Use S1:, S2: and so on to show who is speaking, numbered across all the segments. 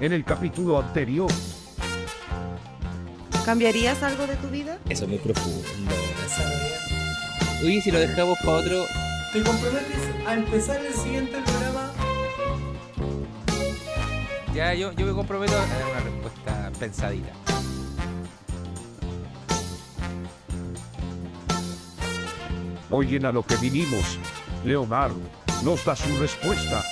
S1: en el capítulo anterior.
S2: ¿Cambiarías algo de tu vida?
S3: Eso es muy profundo. esa- Uy, si lo dejamos para otro.
S4: ¿Te comprometes a empezar el siguiente programa?
S3: Ya, yo, yo me comprometo a dar una respuesta pensadita.
S1: Oyen a lo que vinimos. Leonardo nos da su respuesta.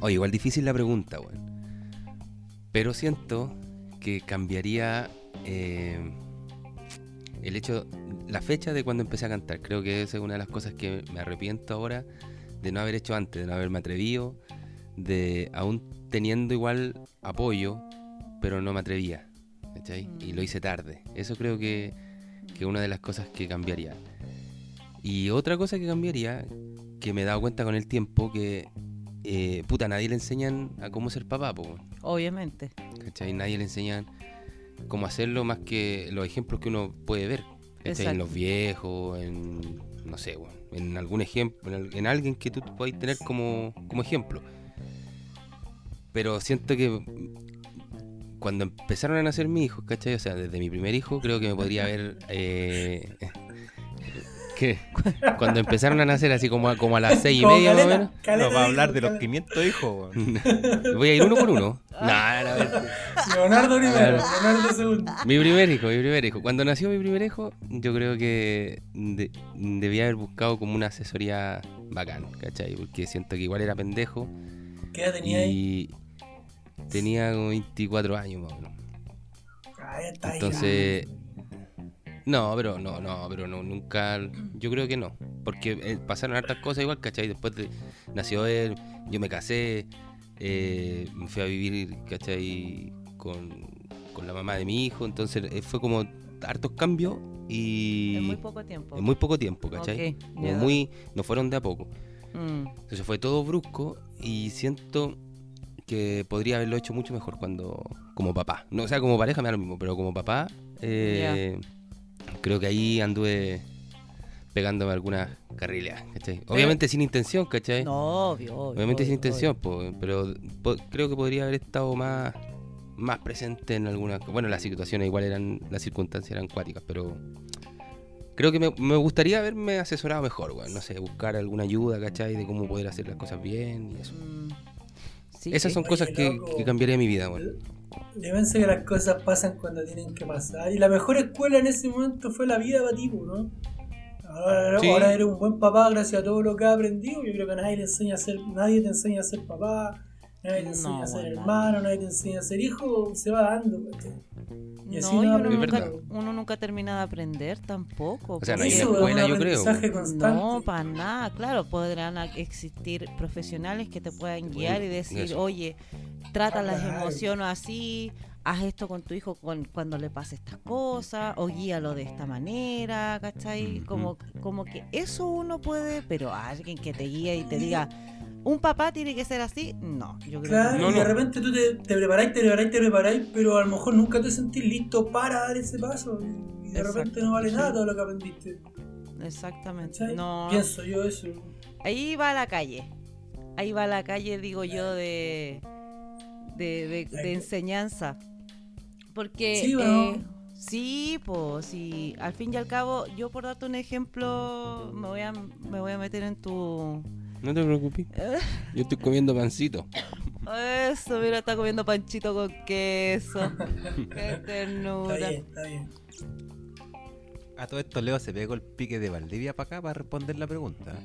S3: Oye, igual difícil la pregunta, weón. Pero siento que cambiaría eh, el hecho, la fecha de cuando empecé a cantar. Creo que esa es una de las cosas que me arrepiento ahora de no haber hecho antes, de no haberme atrevido, de aún teniendo igual apoyo, pero no me atrevía. ¿cachai? Y lo hice tarde. Eso creo que que es una de las cosas que cambiaría. Y otra cosa que cambiaría, que me he dado cuenta con el tiempo, que eh, puta, nadie le enseñan a cómo ser papá, po, weón,
S2: Obviamente.
S3: ¿cachai? Nadie le enseñan cómo hacerlo más que los ejemplos que uno puede ver. ¿cachai? En
S2: Exacto.
S3: los viejos, en, no sé, weón, en algún ejemplo, en, al- en alguien que tú puedas tener como, como ejemplo. Pero siento que mm, cuando empezaron a nacer mis hijos, ¿cachai? O sea, desde mi primer hijo, creo que me podría haber... eh, ¿Qué? Cuando empezaron a nacer así como a, como a las seis y
S4: Como
S3: media más o
S4: caleta,
S3: menos.
S4: caleta
S5: Nos va a
S4: de
S5: hablar
S4: hijos,
S5: de los
S4: caleta.
S5: 500 hijos. weón.
S3: Voy a ir uno por uno.
S4: Ah.
S3: Nah, no, a ver.
S4: Leonardo primero,
S3: Claro.
S4: Leonardo segundo.
S3: Mi primer hijo, mi primer hijo. Cuando nació mi primer hijo, yo creo que de- debía haber buscado como una asesoría bacán, ¿cachai? Porque siento que igual era pendejo
S4: ¿Qué edad tenía ahí?
S3: y tenía como 24 años más o menos.
S4: Ahí está, ahí
S3: Entonces, no, pero no, no, pero no, nunca, yo creo que no, porque eh, pasaron hartas cosas igual, ¿cachai? Después de- nació él, yo me casé, eh, me fui a vivir, ¿cachai? Con, con la mamá de mi hijo, entonces eh, fue como hartos cambios y...
S2: en muy poco tiempo.
S3: en muy poco tiempo, ¿cachai?
S2: Ok,
S3: Como
S2: ya.
S3: muy, no fueron de a poco.
S2: Mm,
S3: Entonces fue todo brusco y siento que podría haberlo hecho mucho mejor cuando como papá. No, o sea, como pareja me da lo mismo, pero como papá eh, creo que ahí anduve pegándome algunas carrileas, ¿cachai? Obviamente sin intención, ¿cachai?
S2: No, obvio, obvio,
S3: Obviamente sin
S2: obvio,
S3: intención, po, pero po- creo que podría haber estado más, más presente en algunas... Bueno, las situaciones igual eran, las circunstancias eran cuáticas, pero creo que me, me gustaría haberme asesorado mejor, weón. No sé, buscar alguna ayuda, ¿cachai? De cómo poder hacer las cosas bien y eso.
S2: obvio. Mm, sí,
S3: Esas
S2: sí.
S3: son
S4: Oye,
S3: cosas que,
S4: loco.
S3: que cambiaría mi vida, weón.
S4: Yo pensé que las cosas pasan cuando tienen que pasar. Y la mejor escuela en ese momento fue la vida para ti, po, ¿no? Ahora,
S3: Sí.
S4: ahora eres un buen papá gracias a todo lo que has aprendido. Yo creo que nadie, le enseña a ser, nadie te enseña a ser papá, nadie te
S2: No,
S4: enseña a ser
S2: bueno,
S4: hermano, nadie te enseña a ser hijo. Se va dando. ¿cachai? Y
S2: No,
S4: así
S2: y uno,
S4: no
S3: Es
S2: nunca,
S3: verdad.
S2: uno nunca termina de aprender tampoco.
S3: O sea, no hay
S2: porque-
S4: Eso
S3: una
S4: es un
S3: escuela, yo creo.
S4: aprendizaje constante.
S2: No, para nada, claro, podrán a- existir profesionales que te puedan guiar y decir,
S3: eso.
S2: oye, trata las
S4: Claro.
S2: emociones así, haz esto con tu hijo con- cuando le pase estas cosas, o guíalo de esta manera, ¿cachai?
S3: Ujú.
S2: como, como que eso uno puede, pero alguien que te guíe y te diga, un papá tiene que ser así, no, yo creo
S4: Claro,
S2: que
S3: No,
S4: y de
S3: no.
S4: repente tú te, te preparáis, te preparáis, te preparáis, pero a lo mejor nunca te sentís listo para dar ese paso. Y de
S2: Exacto,
S4: repente no vale
S2: sí.
S4: nada todo lo que aprendiste.
S2: no. Exactamente,
S4: ¿cachai?
S2: no.
S4: Pienso yo eso.
S2: Ahí va la calle. Ahí va la calle, digo yo, de, de, de- de enseñanza. Porque. eh,
S4: Sí, bueno.
S2: sí, pues, sí. Al fin y al cabo, yo por darte un ejemplo, me voy a, me voy a meter en tu.
S3: No te preocupes. Yo estoy comiendo pancito.
S2: Eso, mira, está comiendo panchito con queso. Qué
S4: Está
S2: ternura.
S4: bien, está bien.
S5: A todo esto, Leo se pegó el pique de Valdivia para acá para responder la pregunta.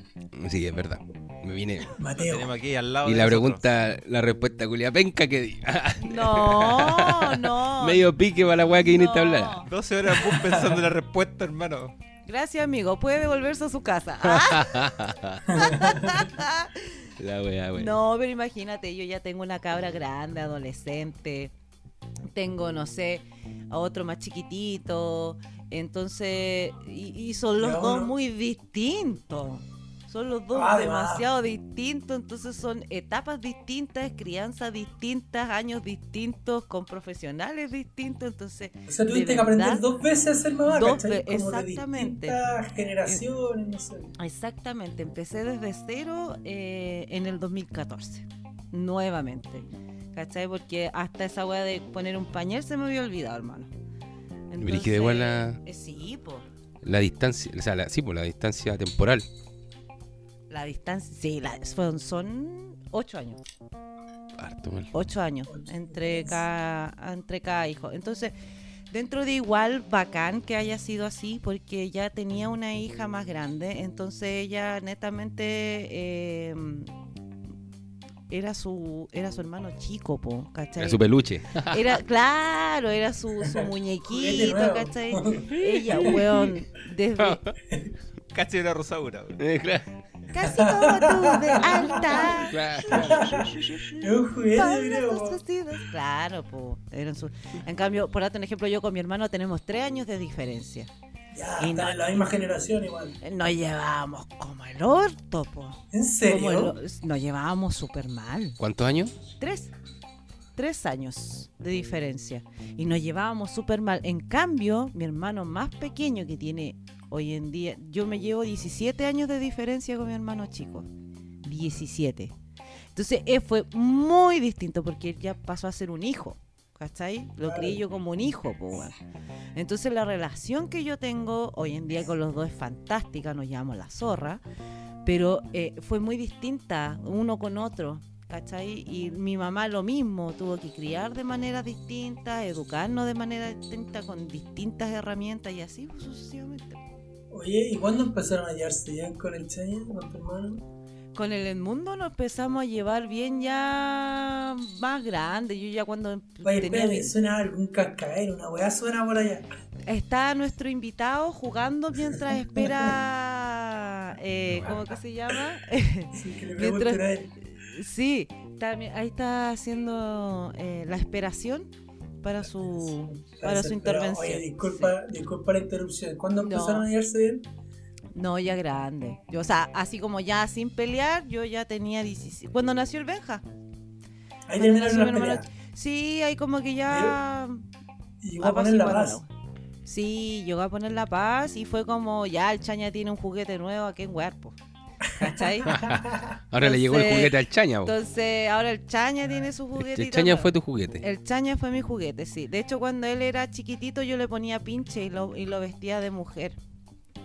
S3: Sí, es verdad. Me vine.
S4: Mateo.
S5: Tenemos aquí al lado.
S3: Y
S5: de
S3: la
S5: nosotros.
S3: pregunta, la respuesta culia penca que di.
S2: No, no.
S3: Medio pique para la weá que viniste a hablar.
S2: Oh, no.
S5: 12 horas en bus pensando en la respuesta, hermano.
S2: Gracias, amigo. Puede devolverse a su casa. Ah.
S3: La weá, weá.
S2: No, pero imagínate, yo ya tengo una cabra grande, adolescente. Tengo, no sé, a otro más chiquitito. Entonces, y, y son los
S4: Ya,
S2: dos
S4: uno-
S2: muy distintos. Son los dos
S4: Ah, de más.
S2: demasiado distintos, entonces son etapas distintas, crianzas distintas, años distintos, con profesionales distintos, entonces
S4: O sea, tuviste
S2: de
S4: que aprender
S2: verdad,
S4: dos veces a ser mamá,
S2: dos
S4: ¿cachai?
S2: ve-
S4: Como
S2: exactamente.
S4: De distintas generaciones, no sé.
S2: Exactamente, empecé desde cero eh, en el 2014, nuevamente. ¿Cachai? Porque hasta esa weá de poner un pañal se me había olvidado, hermano.
S3: Brígido igual la-
S2: eh, sí, po.
S3: La distancia, o sea, la, sí, pues la distancia temporal.
S2: La distancia, sí, la- son, son ocho años.
S3: Harto, mal.
S2: Ocho años
S4: Ocho
S2: entre
S4: años.
S2: cada, entre cada hijo. Entonces, dentro de igual, bacán que haya sido así, porque ya tenía una hija más grande, entonces ella netamente eh, era su era su hermano chico, po, ¿cachai?
S3: Era su peluche.
S2: Era, claro, era su, su
S4: Juguete
S2: muñequito,
S4: nuevo.
S2: ¿cachai? Ella, weón, desde
S5: Casi era Rosaura, weón.
S3: Eh, claro,
S2: casi como tú, de alta.
S3: claro.
S4: Es un juguete,
S2: Padres
S4: creo.
S2: sus vestidos. Claro, po. eran su- En cambio, por darte un ejemplo, yo con mi hermano tenemos tres años de diferencia.
S4: Ya,
S2: Y
S4: está
S2: no-
S4: en la misma generación igual.
S2: Nos llevábamos como el orto, po.
S4: ¿En
S2: Como
S4: serio?
S2: el or- nos llevábamos súper mal.
S3: ¿Cuántos años?
S2: Tres. Tres años de diferencia. Y nos llevábamos súper mal. En cambio, mi hermano más pequeño que tiene hoy en día, yo me llevo 17 años de diferencia con mi hermano chico. 17. Entonces eh, fue muy distinto porque él ya pasó a ser un hijo. ¿Cachai? Lo crié yo como un hijo, po, weón. Entonces la relación que yo tengo hoy en día con los dos es fantástica, nos llamamos la zorra, pero eh, fue muy distinta uno con otro, ¿cachai? Y mi mamá lo mismo, tuvo que criar de manera distinta, educarnos de manera distinta, con distintas herramientas y así pues, sucesivamente.
S4: Oye, ¿y cuándo empezaron a hallarse ya con el Chaya, con tu hermano?
S2: Con el mundo nos empezamos a llevar bien ya más grande, yo ya cuando em,
S4: Vaya,
S2: tenía
S4: espérame,
S2: mi-
S4: suena algún cascabel, una weá suena por allá.
S2: Está nuestro invitado jugando mientras espera. Eh, ¿Cómo que se llama?
S4: Así que le
S2: Mientras-
S4: pregunten a él.
S2: sí, también, ahí está haciendo eh, la esperación para su, para su
S4: Pero, Oye,
S2: intervención.
S4: disculpa, disculpa la interrupción. ¿Cuándo
S2: No.
S4: empezaron a hallarse bien?
S2: Sí. No, ya grande. Yo, o sea, así como ya sin pelear, yo ya tenía 17. Cuando nació el Benja.
S4: Ahí
S2: Cuando
S4: terminaron
S2: nació
S4: las
S2: mi hermano-
S4: peleas.
S2: Sí, ahí como que ya.
S4: Y llegó
S2: Ah,
S4: a poner la
S2: apaciguaron
S4: paz.
S2: la wea. Sí, llegó a poner la paz y fue como, ya, el chaña tiene un juguete nuevo aquí en Huerpo. ¿Cachai?
S3: Ahora le llegó el
S2: Entonces-
S3: juguete al Chaña. vos.
S2: Entonces, ahora el chaña tiene su juguete.
S3: El Chaña fue tu juguete.
S2: El chaña fue mi juguete, sí. De hecho, cuando él era chiquitito, yo le ponía pinche y lo, y lo vestía de mujer.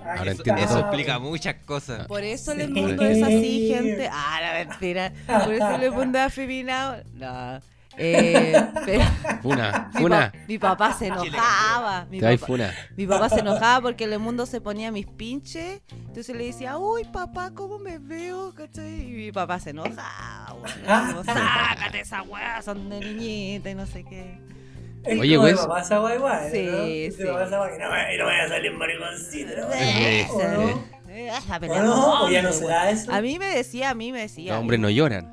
S4: Ahí está.
S3: Ahora entiendo. Ah,
S5: Eso explica muchas cosas.
S2: Por eso
S4: Sí.
S2: el mundo es así, gente. Ah, la mentira. Por eso el mundo es afeminado. No. Eh, pero-
S3: Funa,
S2: mi,
S3: funa.
S2: pa- mi papá se enojaba. Mi
S3: Te vais
S2: papá-
S3: funa.
S2: Mi papá se enojaba porque el mundo se ponía mis pinches. Entonces le decía, uy, papá, ¿cómo me veo? ¿Cachai? Y mi papá se enojaba. weón, como, Sácate esa weá, son de niñita y no sé qué.
S4: Es
S3: Oye,
S4: como de
S3: güey.
S4: papá esa guay guay,
S2: Sí,
S4: ¿no? De
S2: sí.
S4: papá esa guay que no, me- no voy a salir mariconcito. ¿no?
S3: Sí.
S4: ¿O no?
S2: Eh, a
S4: ¿O
S2: pelear con
S4: no? ¿O ya no
S2: hombres,
S4: se
S2: weón.
S4: da eso?
S2: pues, A mí me decía, a mí me decía.
S3: Los hombres no lloran.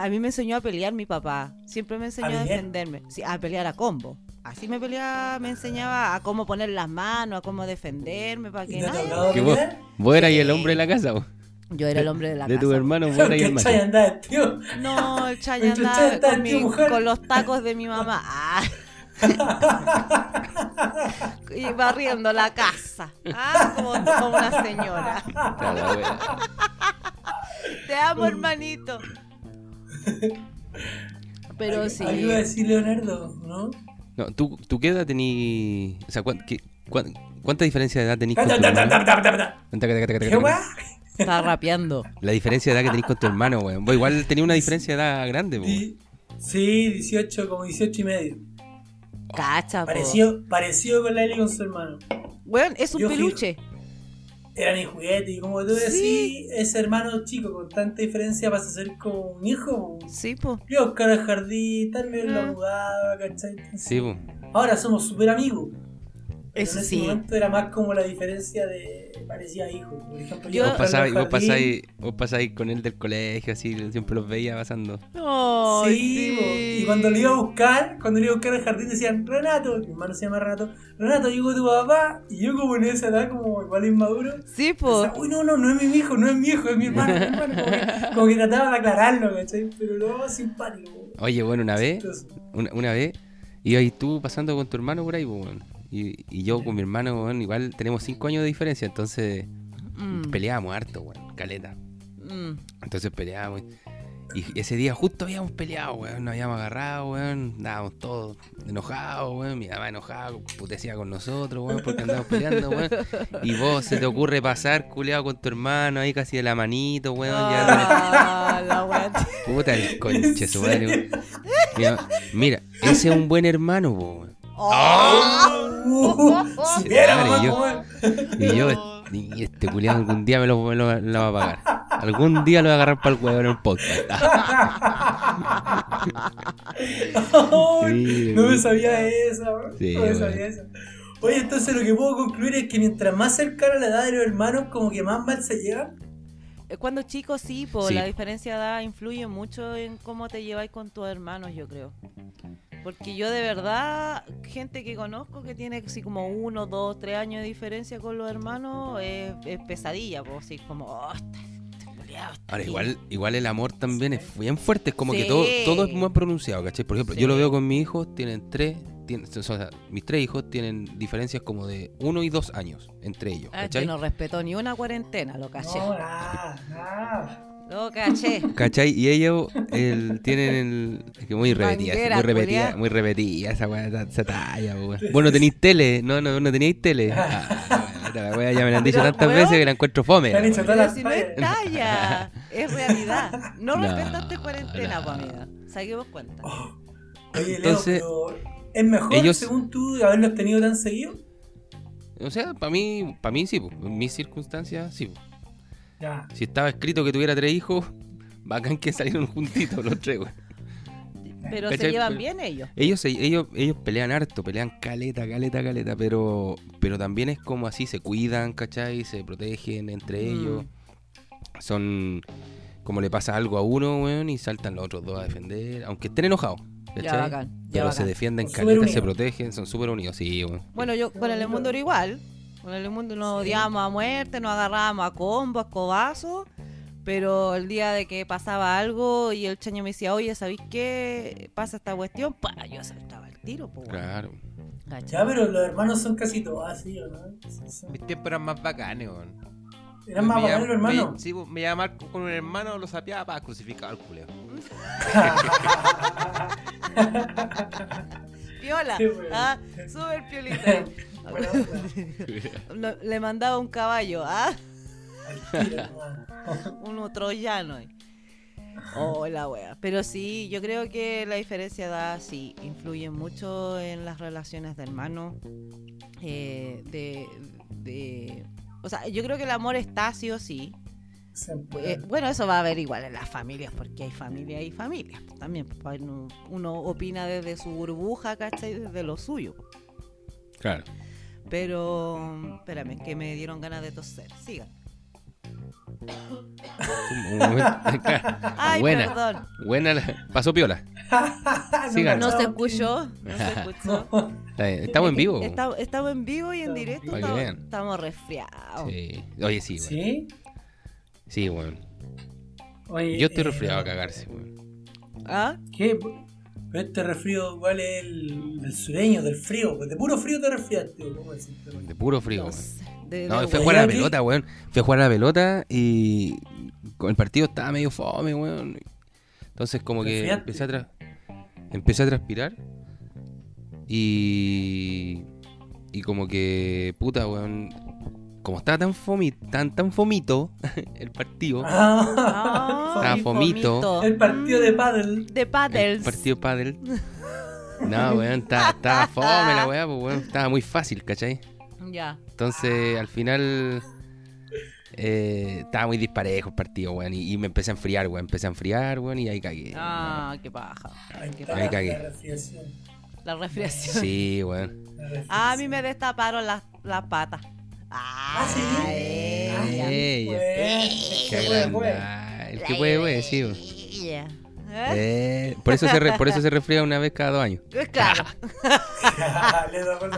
S2: A mí me enseñó a pelear mi papá. Siempre me enseñó
S4: ¿A
S2: a,
S4: pelear?
S2: defenderme. Sí, a pelear a combo. Así me peleaba, me enseñaba a cómo poner las manos, a cómo defenderme, para
S4: ¿Y
S2: que
S4: no te ha
S2: nadie-
S4: tocado
S3: Que vos,
S4: pelear?
S3: vos eras el hombre de la casa. vos.
S2: Yo era el hombre de la
S3: De
S2: casa.
S3: tu hermano, vos eras
S4: Porque
S3: el
S4: el
S3: macho.
S4: Chaya andaba de tío.
S2: No, el Chaya
S4: Mientras el
S2: andaba
S4: Chaya está
S2: con,
S4: en
S2: mi-
S4: tu mujer.
S2: con los tacos de mi mamá. Ah. y barriendo la casa. Ah, como, como una señora.
S3: Puta la wea.
S2: Te amo, hermanito. Pero Oh, sí.
S4: Ahí iba a decir Leonardo, ¿no?
S3: No, ¿tú, ¿Tú qué edad tení? O sea, ¿cuán- qué- cuán- ¿cuánta diferencia de edad tenís
S4: Ta,
S3: con tu
S4: ta, ta, ta,
S3: hermano?
S4: ta, ta, ta, ta.
S3: Taca, taca, taca, taca,
S4: ¿Qué
S3: taca.
S4: guay?
S2: Está rapeando.
S3: La diferencia de edad que tenés con tu hermano, weón. Vos igual tenía una diferencia de edad grande, weón.
S4: Di- Sí, 18, como 18 y medio.
S2: Cacha, po. pues.
S4: Parecido, parecido con Lali con su hermano.
S2: Weón, es un
S4: Yo
S2: peluche.
S4: Era mi juguete, y como tú
S2: Sí.
S4: decís, ese hermano chico con tanta diferencia pasa a ser como un hijo.
S2: Sí, po.
S4: Yo, Oscar al jardín, tal vez
S2: Ah.
S4: lo jugaba, ¿cachai? Entonces,
S3: Sí, po.
S4: Ahora somos súper amigos. Pero
S2: Eso
S4: en ese
S2: sí.
S4: momento era más como la diferencia de. parecía hijo. Por ejemplo,
S2: Yo-
S4: yo.
S3: Vos pasáis, vos pasáis, vos pasáis con él del colegio, así, siempre los veía pasando.
S2: No,
S4: Sí, bo, y Y cuando lo iba a buscar, cuando lo iba a buscar al jardín, decían, Renato, mi hermano se llama Renato, Renato, llegó tu papá. Y yo, como en esa edad, como igual inmaduro,
S2: Sí, po.
S4: pensaba, uy, no, no, no es mi hijo, no es mi hijo, es mi hermano, es mi hermano. Como que, como que trataba de aclararlo, ¿cachai? Pero no, simpático.
S3: Oye, bueno, una vez,
S4: Entonces,
S3: una, una vez, y ahí tú pasando con tu hermano por ahí, pues, weón. Y, y yo con mi hermano, weón, igual tenemos cinco años de diferencia, entonces
S2: Mm,
S3: peleábamos harto, weón, caleta.
S2: mm.
S3: Entonces peleábamos. Y ese día justo habíamos peleado, weón. Nos habíamos agarrado, weón. Andábamos todos enojados, weón. Mi mamá enojada, putecía con nosotros, weón, porque andábamos peleando, weón. Y vos se te ocurre pasar, culeado, con tu hermano ahí casi de la manito, weón. Ya,
S2: Ah, la wea.
S3: puta, el conche, su
S4: ¿En
S3: madre, weón. Mi mamá, Mira, ese es un buen hermano, po, weón.
S4: Ah. ¡Uh! si viera,
S3: Madre,
S4: mamá,
S3: yo-
S4: cómo es.
S3: Y yo, y este culiado algún día me lo, me lo- la va a pagar. Algún día lo va a agarrar para el huevo en el podcast. Ah, Sí,
S4: no me
S3: güey.
S4: sabía esa, bro.
S3: Sí,
S4: no me
S3: güey.
S4: sabía esa. Oye, entonces lo que puedo concluir es que mientras más cercana la edad de los hermanos, como que más mal se llevan.
S2: Eh, Cuando chicos, sí, po,
S3: Sí.
S2: la diferencia de edad influye mucho en cómo te lleváis con tus hermanos, yo creo. Porque yo de verdad, gente que conozco que tiene así como uno, dos, tres años de diferencia con los hermanos, es, es pesadilla, pues así como, oh, está- está culiao, este está
S3: Ahora,
S2: aquí".
S3: igual, igual el amor también es bien fuerte, es como que
S2: Sí.
S3: todo, todo es muy pronunciado, ¿cachai? Por ejemplo,
S2: Sí.
S3: yo lo veo con mis hijos, tienen tres, tienen, o sea, mis tres hijos tienen diferencias como de uno y dos años entre ellos,
S2: Ah,
S3: ¿cachai?
S2: que no respetó ni una cuarentena, lo caché.
S4: No, ah, ah.
S2: Lo caché.
S3: ¿Cachai? Y ellos el- tienen el. es que muy repetida,
S2: Bandera,
S3: muy repetida,
S2: culiá.
S3: muy repetida esa weá, esa, esa talla, weá. Bueno, tenéis tele, no, no, no teníais tele. Ah, la weá, la weá, ya me la han dicho
S2: Pero,
S3: tantas
S2: weón,
S3: veces que la encuentro fome.
S4: Te han
S3: la
S4: hecho
S3: weá.
S4: todas
S2: Pero
S4: las
S2: si no es
S4: fallas.
S2: talla, es realidad. No,
S3: No,
S2: respetaste cuarentena,
S3: no. Oh.
S2: pues, amiga. Saquemos cuenta.
S4: Oye, Leo,
S3: Entonces,
S4: pero ¿es mejor,
S3: ellos-
S4: según tú, haberlos tenido tan seguido?
S3: O sea, para mí, para mí sí, po. en mis circunstancias sí. po.
S4: Ya.
S3: Si estaba escrito que tuviera tres hijos, bacán que salieron juntitos los tres, weón.
S2: Pero se
S3: ¿Cachai?
S2: llevan
S3: Pero-
S2: bien ellos.
S3: Ellos, se- ellos, ellos pelean harto, pelean caleta, caleta, caleta, pero, pero también es como así, se cuidan, ¿cachai? Se protegen entre
S2: Mm.
S3: ellos. Son como le pasa algo a uno, weón, y saltan los otros dos a defender, aunque estén enojados, ¿cachai?
S2: Ya bacán. Ya
S3: pero se
S2: bacán.
S3: defienden
S4: Son
S3: caleta,
S4: súper
S3: se
S4: unidos.
S3: protegen, son súper unidos, sí, weón.
S2: Bueno, yo con el mundo era igual. Con el mundo nos
S4: Sí.
S2: odiábamos a muerte, nos agarrábamos a combos, a cobazos. Pero el día de que pasaba algo y el cheño me decía, oye, ¿sabéis qué pasa esta cuestión? Pa, yo saltaba el tiro, pues.
S3: Claro.
S4: Ya, pero los hermanos son casi todos así, ¿o ¿no? Sí, sí.
S5: Mis tiempos eran más bacanes, weón.
S4: Eran más
S5: Me
S4: bacanes
S5: llam-
S4: los hermanos.
S5: Me, sí, pues, me llamaba Marco con un hermano, lo sapeaba para crucificar al culeo.
S2: Piola,
S4: Qué bueno.
S2: ah, súper piolita.
S4: Buena onda.
S2: Lo- Le mandaba un caballo, ah,
S4: Al tiro, hermano.
S2: uno troyano. eh. Oh, la wea. Pero sí, yo creo que la diferencia de edad sí influye mucho en las relaciones de hermanos. eh, de, de- o sea, yo creo que el amor está sí o sí.
S4: Siempre.
S2: Eh, bueno, eso va a haber igual en las familias, porque hay familias y familias. pues, También pues, uno, uno opina desde su burbuja, ¿cachai? Desde lo suyo.
S3: Claro.
S2: Pero, espérame, que me dieron ganas de toser. Sigan.
S3: Un momento- claro.
S2: Ay,
S3: Buena.
S2: perdón.
S3: Buena la... Pasó piola.
S4: Ah,
S3: Sigan.
S2: No se
S4: cachaba.
S2: escuchó, no se escuchó.
S3: Está bien, Estamos en vivo.
S2: Está- estamos en vivo y en
S4: Estamos
S2: directo.
S3: en vivo.
S2: Estamos,
S3: Para que vean.
S2: estamos resfriados.
S3: Sí. Oye, sí, weón.
S4: ¿Sí?
S3: Sí, weón.
S4: Oye,
S3: Yo estoy
S4: eh,
S3: resfriado a cagarse, weón.
S2: ¿Ah?
S4: ¿Qué? Pero este resfrío igual es el del sureño, del frío. pues De puro frío te resfriaste. ¿o ¿Cómo decirte?
S3: De puro frío,
S2: No
S3: weón.
S2: sé, de-
S3: No,
S2: de-
S3: fui a
S4: weón.
S3: jugar a la
S4: Oye,
S3: pelota, weón. Fui a jugar a la pelota y con el partido estaba medio fome, weón. Entonces como que
S4: Resfriaste.
S3: empecé a, tra- empecé a transpirar y... Y como que, puta, weón. Como estaba tan fomi, tan, tan fomito el partido,
S4: Ah,
S2: Ah,
S3: Ah, fomito.
S4: el partido de pádel.
S2: De
S3: el
S2: paddles.
S3: partido pádel. No, weón, estaba, estaba fome la weá, pues, weón. Estaba muy fácil, ¿cachai?
S2: Ya.
S3: Entonces, al final. eh, estaba muy disparejo el partido, weón. Y, y me empecé a enfriar, weón. Empecé a enfriar, weón, y ahí cagué.
S2: Ah, qué paja.
S4: Ahí
S2: Qué
S4: está,
S2: paja.
S3: Ahí cagué.
S4: La resfriación.
S2: La resfriación.
S3: Sí, weón.
S4: la resfriación.
S2: Ah, a mí me destaparon las las patas. Ah,
S4: sí.
S2: eh,
S4: Ay,
S3: ella.
S4: Pues,
S3: Qué
S4: pues, pues.
S2: ¿eh?
S3: agrandada. El que puede, puede, sí, weón.
S2: ya. ¿Eh?
S3: Eh, por, eso se re- por eso se refría una vez cada dos años.
S2: Pues Claro.
S4: Le da por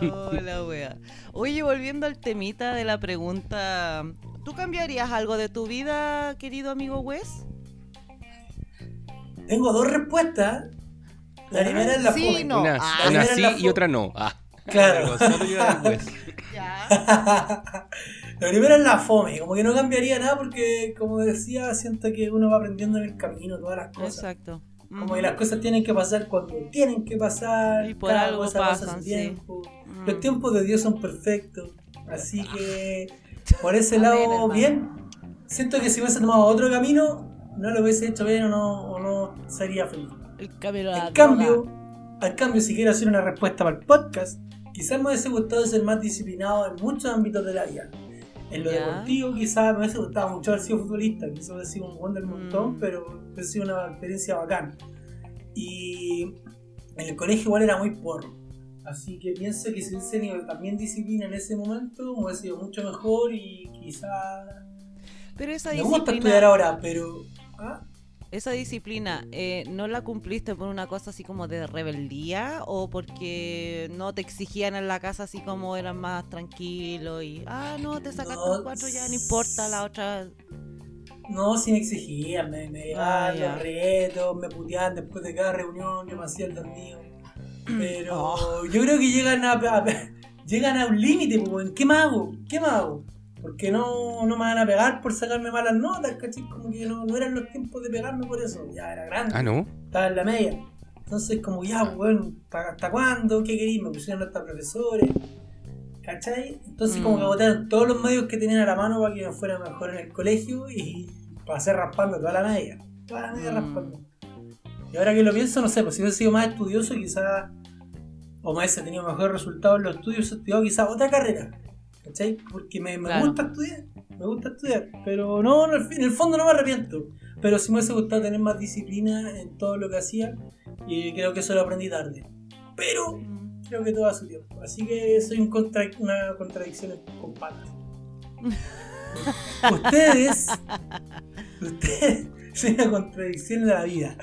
S4: la
S2: Hola, Oh, wea. Oye, volviendo al temita de la pregunta, ¿tú cambiarías algo de tu vida, querido amigo Wes?
S4: Tengo dos respuestas. La primera es la
S2: Sí,
S4: fome.
S2: No,
S3: una
S2: ah.
S3: una
S4: Primero
S3: sí
S4: la fo-
S3: y otra no. Ah,
S4: Claro.
S5: Solo yo era el juez.
S2: Ya.
S4: la primera es la fome. Como que no cambiaría nada porque, como decía, siento que uno va aprendiendo en el camino todas las cosas.
S2: Exacto.
S4: Como que las cosas tienen que pasar cuando tienen que pasar.
S2: Y por
S4: cada
S2: algo
S4: cosa pasa a su
S2: pasan, sí.
S4: tiempo.
S2: Mm.
S4: Los tiempos de Dios son perfectos. Así que por ese
S2: Ah. Amén,
S4: lado,
S2: hermano.
S4: bien. Siento que si hubiese tomado otro camino, no lo hubiese hecho bien o no, o no sería feliz.
S2: El cambio.
S4: En cambio, al cambio, si quiero hacer una respuesta para el podcast, quizás me hubiese gustado ser más disciplinado en muchos ámbitos de la vida. En lo
S2: Ya.
S4: deportivo, quizás me hubiese gustado mucho haber sido futbolista, quizás hubiese sido un buen del montón,
S2: Mm.
S4: pero hubiese sido una experiencia bacán. Y en el colegio igual era muy porro. Así que pienso que si hubiese tenido también disciplina en ese momento, me hubiese sido mucho mejor y quizás.
S2: Pero esa
S4: Me gusta estudiar
S2: disciplina,
S4: ahora, pero. ¿ah?
S2: esa disciplina eh, ¿no la cumpliste por una cosa así como de rebeldía o porque no te exigían en la casa así como eran más tranquilo y, ah, no, te sacaste
S4: No.
S2: un cuatro ya, no importa, la otra...
S4: No, sin exigir, me, me
S2: Ah,
S4: llevaban
S2: ya.
S4: los retos, me puteaban después de cada reunión, yo me hacía el dormido.
S2: Mm.
S4: Pero
S2: Oh.
S4: yo creo que llegan a, a- llegan a un límite, po, weón. ¿qué más hago? ¿Qué más hago? Porque no, no me van a pegar por sacarme malas notas, ¿cachai? Como que no, no eran los tiempos de pegarme por eso, ya era grande,
S3: ah, no.
S4: estaba en la media. Entonces como ya, pues, bueno, ¿hasta cuándo? ¿Qué querís? Me pusieron hasta profesores, ¿cachai? Entonces como
S2: Mm.
S4: que agotaron todos los medios que tenían a la mano para que me fuera mejor en el colegio y pasé raspando toda la media. Toda la media
S2: Mm.
S4: raspando. Y ahora que lo pienso, no sé, pues si hubiese sido más estudioso quizás, o más hubiese tenido mejores resultados en los estudios, hubiese estudiado quizás otra carrera. ¿Cachai? Porque me, me
S2: Claro.
S4: gusta estudiar, me gusta estudiar. Pero no, en el, fin- en el fondo no me arrepiento. Pero sí me hubiese gustado tener más disciplina en todo lo que hacía y creo que eso lo aprendí tarde. Pero
S2: Mm.
S4: creo que todo a su tiempo. Así que soy un contra- una contradicción con patas. ustedes, ustedes, soy una contradicción de la vida.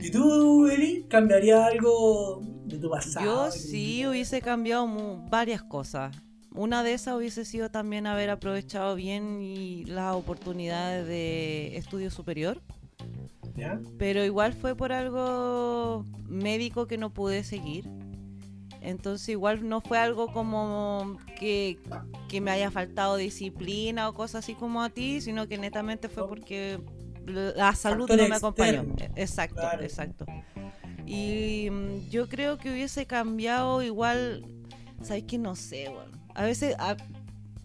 S4: ¿Y tú, Eli, cambiaría algo de tu pasado?
S2: Yo
S4: de tu
S2: sí
S4: vida?
S2: hubiese cambiado mu- varias cosas. Una de esas hubiese sido también haber aprovechado bien y las oportunidades de estudio superior.
S4: ¿Ya?
S2: pero igual fue por algo médico que no pude seguir. Entonces igual no fue algo como que, que me haya faltado disciplina o cosas así como a ti, sino que netamente fue porque la salud
S4: Factor
S2: no me acompañó.
S4: externo.
S2: E- Exacto,
S4: Claro.
S2: exacto. Y mm, yo creo que hubiese cambiado igual, ¿sabes que No sé, weón. A veces, a-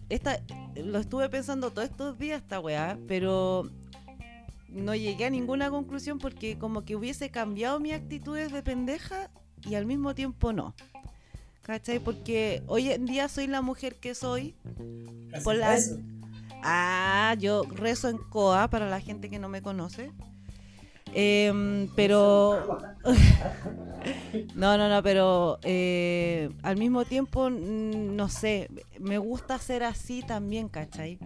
S2: esta, lo estuve pensando todos estos días, esta weá, pero no llegué a ninguna conclusión porque como que hubiese cambiado mis actitudes de pendeja y al mismo tiempo no. ¿Cachai? Porque hoy en día soy la mujer que soy.
S4: Así
S2: Por
S4: que
S2: la-
S4: eso.
S2: Ah, yo rezo en coa para la gente que no me conoce. Em, pero... No, no, no, pero eh, al mismo tiempo, mm, no sé, me gusta ser así también, ¿cachai?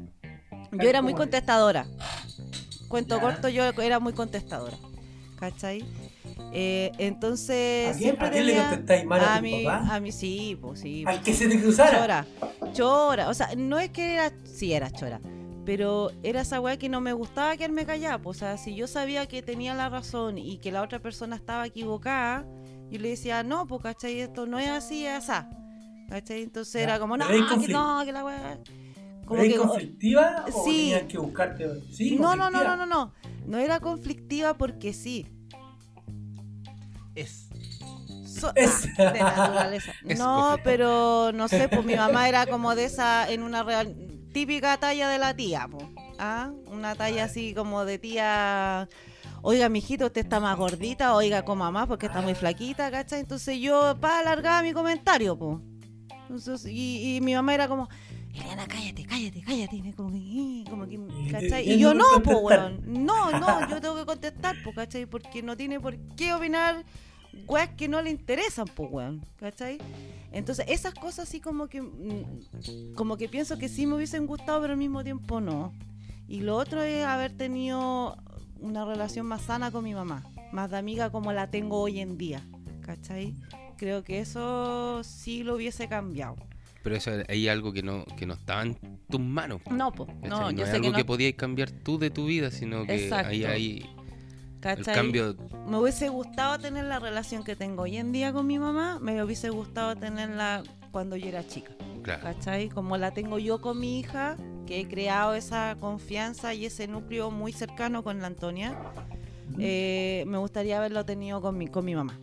S2: Yo era muy
S4: cual.
S2: contestadora. Cuento
S4: Ya.
S2: corto, yo era muy contestadora, ¿cachai? Eh,
S4: ¿A
S2: entonces,
S4: quién,
S2: siempre
S4: a quién le
S2: tenía-
S4: contestáis mal a,
S2: a
S4: tu
S2: mi,
S4: papá?
S2: a mi, sí, pues sí.
S4: ¿Al que se te cruzara?
S2: Chora, chora. O sea, no es que era, sí era chora, pero era esa weá que no me gustaba quedarme callada. po. O sea, si yo sabía que tenía la razón y que la otra persona estaba equivocada, yo le decía, no, pues, ¿cachai? Esto no es así, es así. ¿Cachai? Entonces
S4: Ya,
S2: era como, no,
S4: pero hay
S2: que
S4: conflicto.
S2: no, que la weá. Como
S4: ¿Eres
S2: que-
S4: conflictiva o
S2: sí.
S4: tenías que buscarte? Sí,
S2: no, no, no,
S4: conflictiva.
S2: no, no, no. No era conflictiva porque sí.
S5: Es.
S2: So-
S4: Es-
S2: ah, de naturaleza.
S3: Es
S2: No, pero no sé, pues mi mamá era como de esa, en una real- típica talla de la tía, po. ¿Ah? Una talla así como de tía. Oiga, mijito, usted está más gordita, oiga, coma más porque está muy flaquita, ¿cachai? Entonces yo, pa, alargaba mi comentario, po. Entonces, y, y mi mamá era como, Eliana, cállate, cállate, cállate. Y como que, "Eh", como que,
S4: Y
S2: ¿cachai?
S4: te-
S2: Y
S4: y
S2: yo
S4: no
S2: no,
S4: por
S2: po,
S4: contestar.
S2: weón. No, no, yo tengo que contestar, po, ¿cachai? Porque no tiene por qué opinar weas que no le interesan, pues, weón, ¿cachai? Entonces, esas cosas sí como que mm, como que pienso que sí me hubiesen gustado, pero al mismo tiempo no. Y lo otro es haber tenido una relación más sana con mi mamá, más de amiga como la tengo hoy en día. ¿Cachai? Creo que eso sí lo hubiese cambiado.
S3: Pero eso hay algo que no, que no estaba en tus manos.
S2: No, po,
S3: ¿cachai?
S2: no, yo
S3: es
S2: sé
S3: algo
S2: que no.
S3: que podías cambiar tú de tu vida, sino que
S2: Exacto.
S3: ahí hay el
S2: ¿cachai?
S3: cambio.
S2: Me hubiese gustado tener la relación que tengo hoy en día con mi mamá, me hubiese gustado tenerla cuando yo era chica.
S3: Claro.
S2: ¿cachai? Como la tengo yo con mi hija, que he creado esa confianza y ese núcleo muy cercano con la Antonia, eh, me gustaría haberlo tenido con mi, con mi mamá.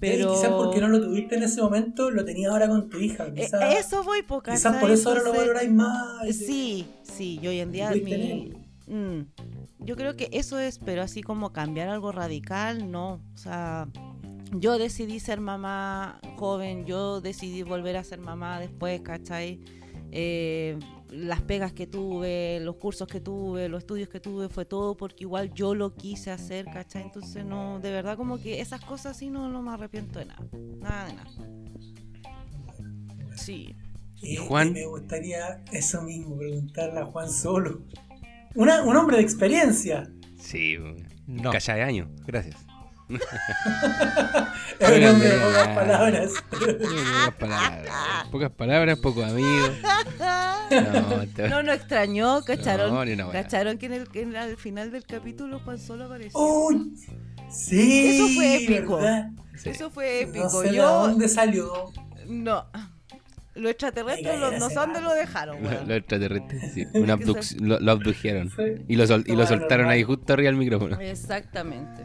S2: Pero e,
S4: Y quizás porque no lo tuviste en ese momento, lo tenías ahora con tu hija.
S2: Eh,
S4: Quizás,
S2: eso voy, po,
S4: quizás
S2: ¿cachai?
S4: por eso ahora lo
S2: Entonces,
S4: valoráis más.
S2: Sí, sí, yo hoy en día
S4: Pudiste
S2: mi,
S4: tenerlo.
S2: Mm, yo creo que eso es, pero así como cambiar algo radical, no. O sea, yo decidí ser mamá joven, yo decidí volver a ser mamá después, ¿cachai? Eh, las pegas que tuve, los cursos que tuve, los estudios que tuve, fue todo porque igual yo lo quise hacer, ¿cachai? Entonces, no, de verdad, como que esas cosas sí no, no me arrepiento de nada, nada de nada. Sí.
S4: Y
S3: Juan?
S4: Eh, Me gustaría eso mismo, preguntarle a Juan solo. Una- un hombre de experiencia.
S3: Sí,
S5: No,
S3: Calla de año.
S5: gracias.
S4: Es un hombre de
S6: Ándale,
S4: pocas
S6: ah.
S4: palabras.
S6: Pocas palabras, pocas palabras, pocos amigos.
S3: No, te-
S2: No, no extrañó, cacharon.
S3: No, ni una wea.
S2: cacharon que en el, en la- al final del capítulo Juan solo apareció.
S4: Uy, sí.
S2: Eso fue épico.
S4: ¿verdad?
S3: sí.
S2: Eso fue épico.
S4: No sé de
S2: Yo
S4: dónde salió.
S2: no. Los extraterrestres
S4: Oiga,
S2: no-
S4: era
S2: no sé
S4: ese
S2: dónde
S4: vato.
S2: lo dejaron,
S3: Lo-
S2: weón.
S3: Los extraterrestres, sí. Una
S2: que son-
S3: abduc- lo, lo abdujeron.
S4: Sí.
S3: Y lo, sol- y lo
S4: Bueno,
S3: soltaron ahí
S4: ¿verdad?
S3: justo arriba del micrófono.
S2: Exactamente.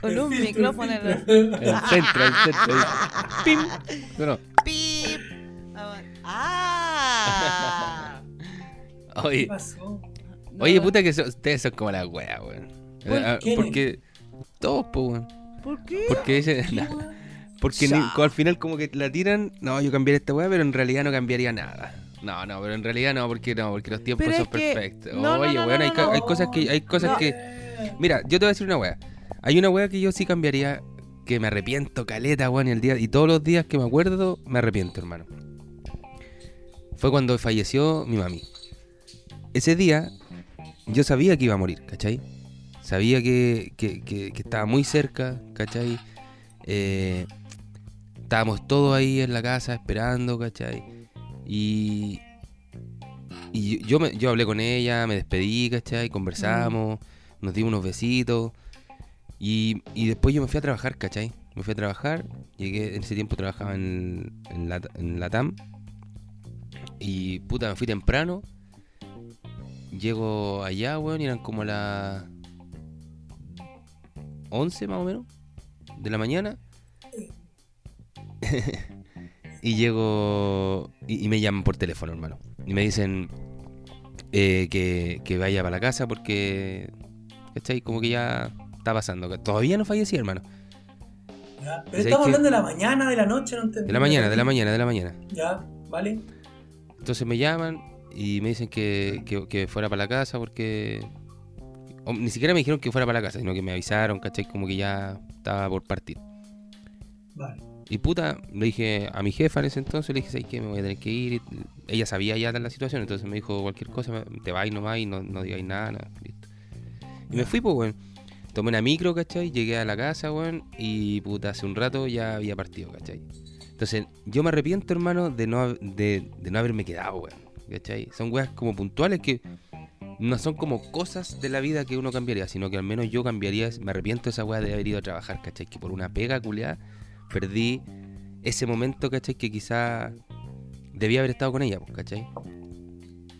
S2: Con un
S4: El filtro,
S2: micrófono en
S4: el
S2: el
S4: filtro.
S3: El centro, el centro. ahí. ¡Pim! Sonó.
S2: ¡Pip! Ah, ¡Ah!
S4: ¿Qué
S3: Oye,
S4: pasó?
S2: No,
S3: oye, puta que so- ustedes son como la wea, weón.
S4: ¿Por
S3: Ah,
S4: qué?
S3: Porque todos, po, weón.
S2: ¿Por qué?
S3: Porque ese- Porque ni- al final como que la tiran, no, yo cambiaría esta weá, pero en realidad no cambiaría nada. No, no, pero en realidad no, porque no, porque los tiempos
S2: Pero
S3: son
S2: es que-
S3: perfectos.
S2: no, no,
S3: Oye,
S2: no,
S3: weón,
S2: no,
S3: hay,
S2: no,
S3: ca-
S2: no.
S3: hay cosas que, hay cosas
S2: No.
S3: que.
S4: Eh.
S3: Mira, yo te voy a decir una weá. Hay una weá que yo sí cambiaría, que me arrepiento, caleta, weón, y el día, y todos los días que me acuerdo, me arrepiento, hermano. Fue cuando falleció mi mami. Ese día, yo sabía que iba a morir, ¿cachai? Sabía que, que- que- que estaba muy cerca, ¿cachai? Eh, estábamos todos ahí en la casa esperando, ¿cachai? Y, y yo, me- yo hablé con ella, me despedí, ¿cachai? Conversamos, nos dimos unos besitos. Y, y después yo me fui a trabajar, ¿cachai? Me fui a trabajar, llegué, en ese tiempo trabajaba en, en, la, en la TAM. Y puta, me fui temprano. Llego allá, weón, y eran como las 11 más o menos de la mañana. y llego y, y me llaman por teléfono, hermano. Y me dicen eh, que, que vaya para la casa porque, ¿cachai? Como que ya está pasando. que Todavía no fallecí, hermano.
S4: Ya, Pero
S3: ¿Sabes
S4: estamos
S3: qué?
S4: hablando de la mañana, de la noche, no entendí.
S3: De la mañana, de la mañana, de la mañana.
S4: Ya, ¿vale?
S3: Entonces me llaman y me dicen que, que- que fuera para la casa porque... o ni siquiera me dijeron que fuera para la casa, sino que me avisaron, ¿cachai? Como que ya estaba por partir.
S4: Vale.
S3: Y puta, le dije a mi jefa en ese entonces, le dije, ¿sabes qué? Me voy a tener que ir. Ella sabía ya de la situación, entonces me dijo cualquier cosa, te vais nomás y no, no digáis nada, nada, listo. Y me fui, pues, weón. Tomé una micro, ¿cachai? Llegué a la casa, weón, y puta, hace un rato ya había partido, ¿cachai? Entonces, yo me arrepiento, hermano, de no, hab- de, de no haberme quedado, weón. ¿Cachai? Son weas como puntuales que no son como cosas de la vida que uno cambiaría, sino que al menos yo cambiaría, me arrepiento de esa wea de haber ido a trabajar, ¿cachai? Que por una pega culiada perdí ese momento, ¿cachai? Que quizá debía haber estado con ella, pues, ¿cachai?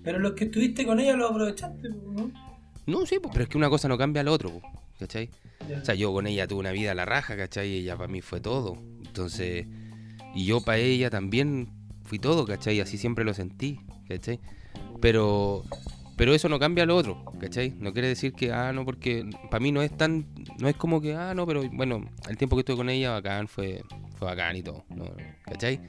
S4: Pero los que estuviste con ella lo aprovechaste, ¿no?
S3: No, sí, pues, pero es que una cosa no cambia a la otra, pues, ¿cachai?
S4: Ya.
S3: O sea, yo con ella tuve una vida a la raja, ¿cachai? Y ella para mí fue todo. Entonces, y yo para ella también fui todo, ¿cachai? Así siempre lo sentí, ¿cachai? Pero, pero eso no cambia lo otro, ¿cachai? No quiere decir que, ah, no, porque para mí no es tan, no es como que, ah, no, pero bueno, el tiempo que estuve con ella, bacán, fue, fue bacán y todo, ¿no? ¿cachai?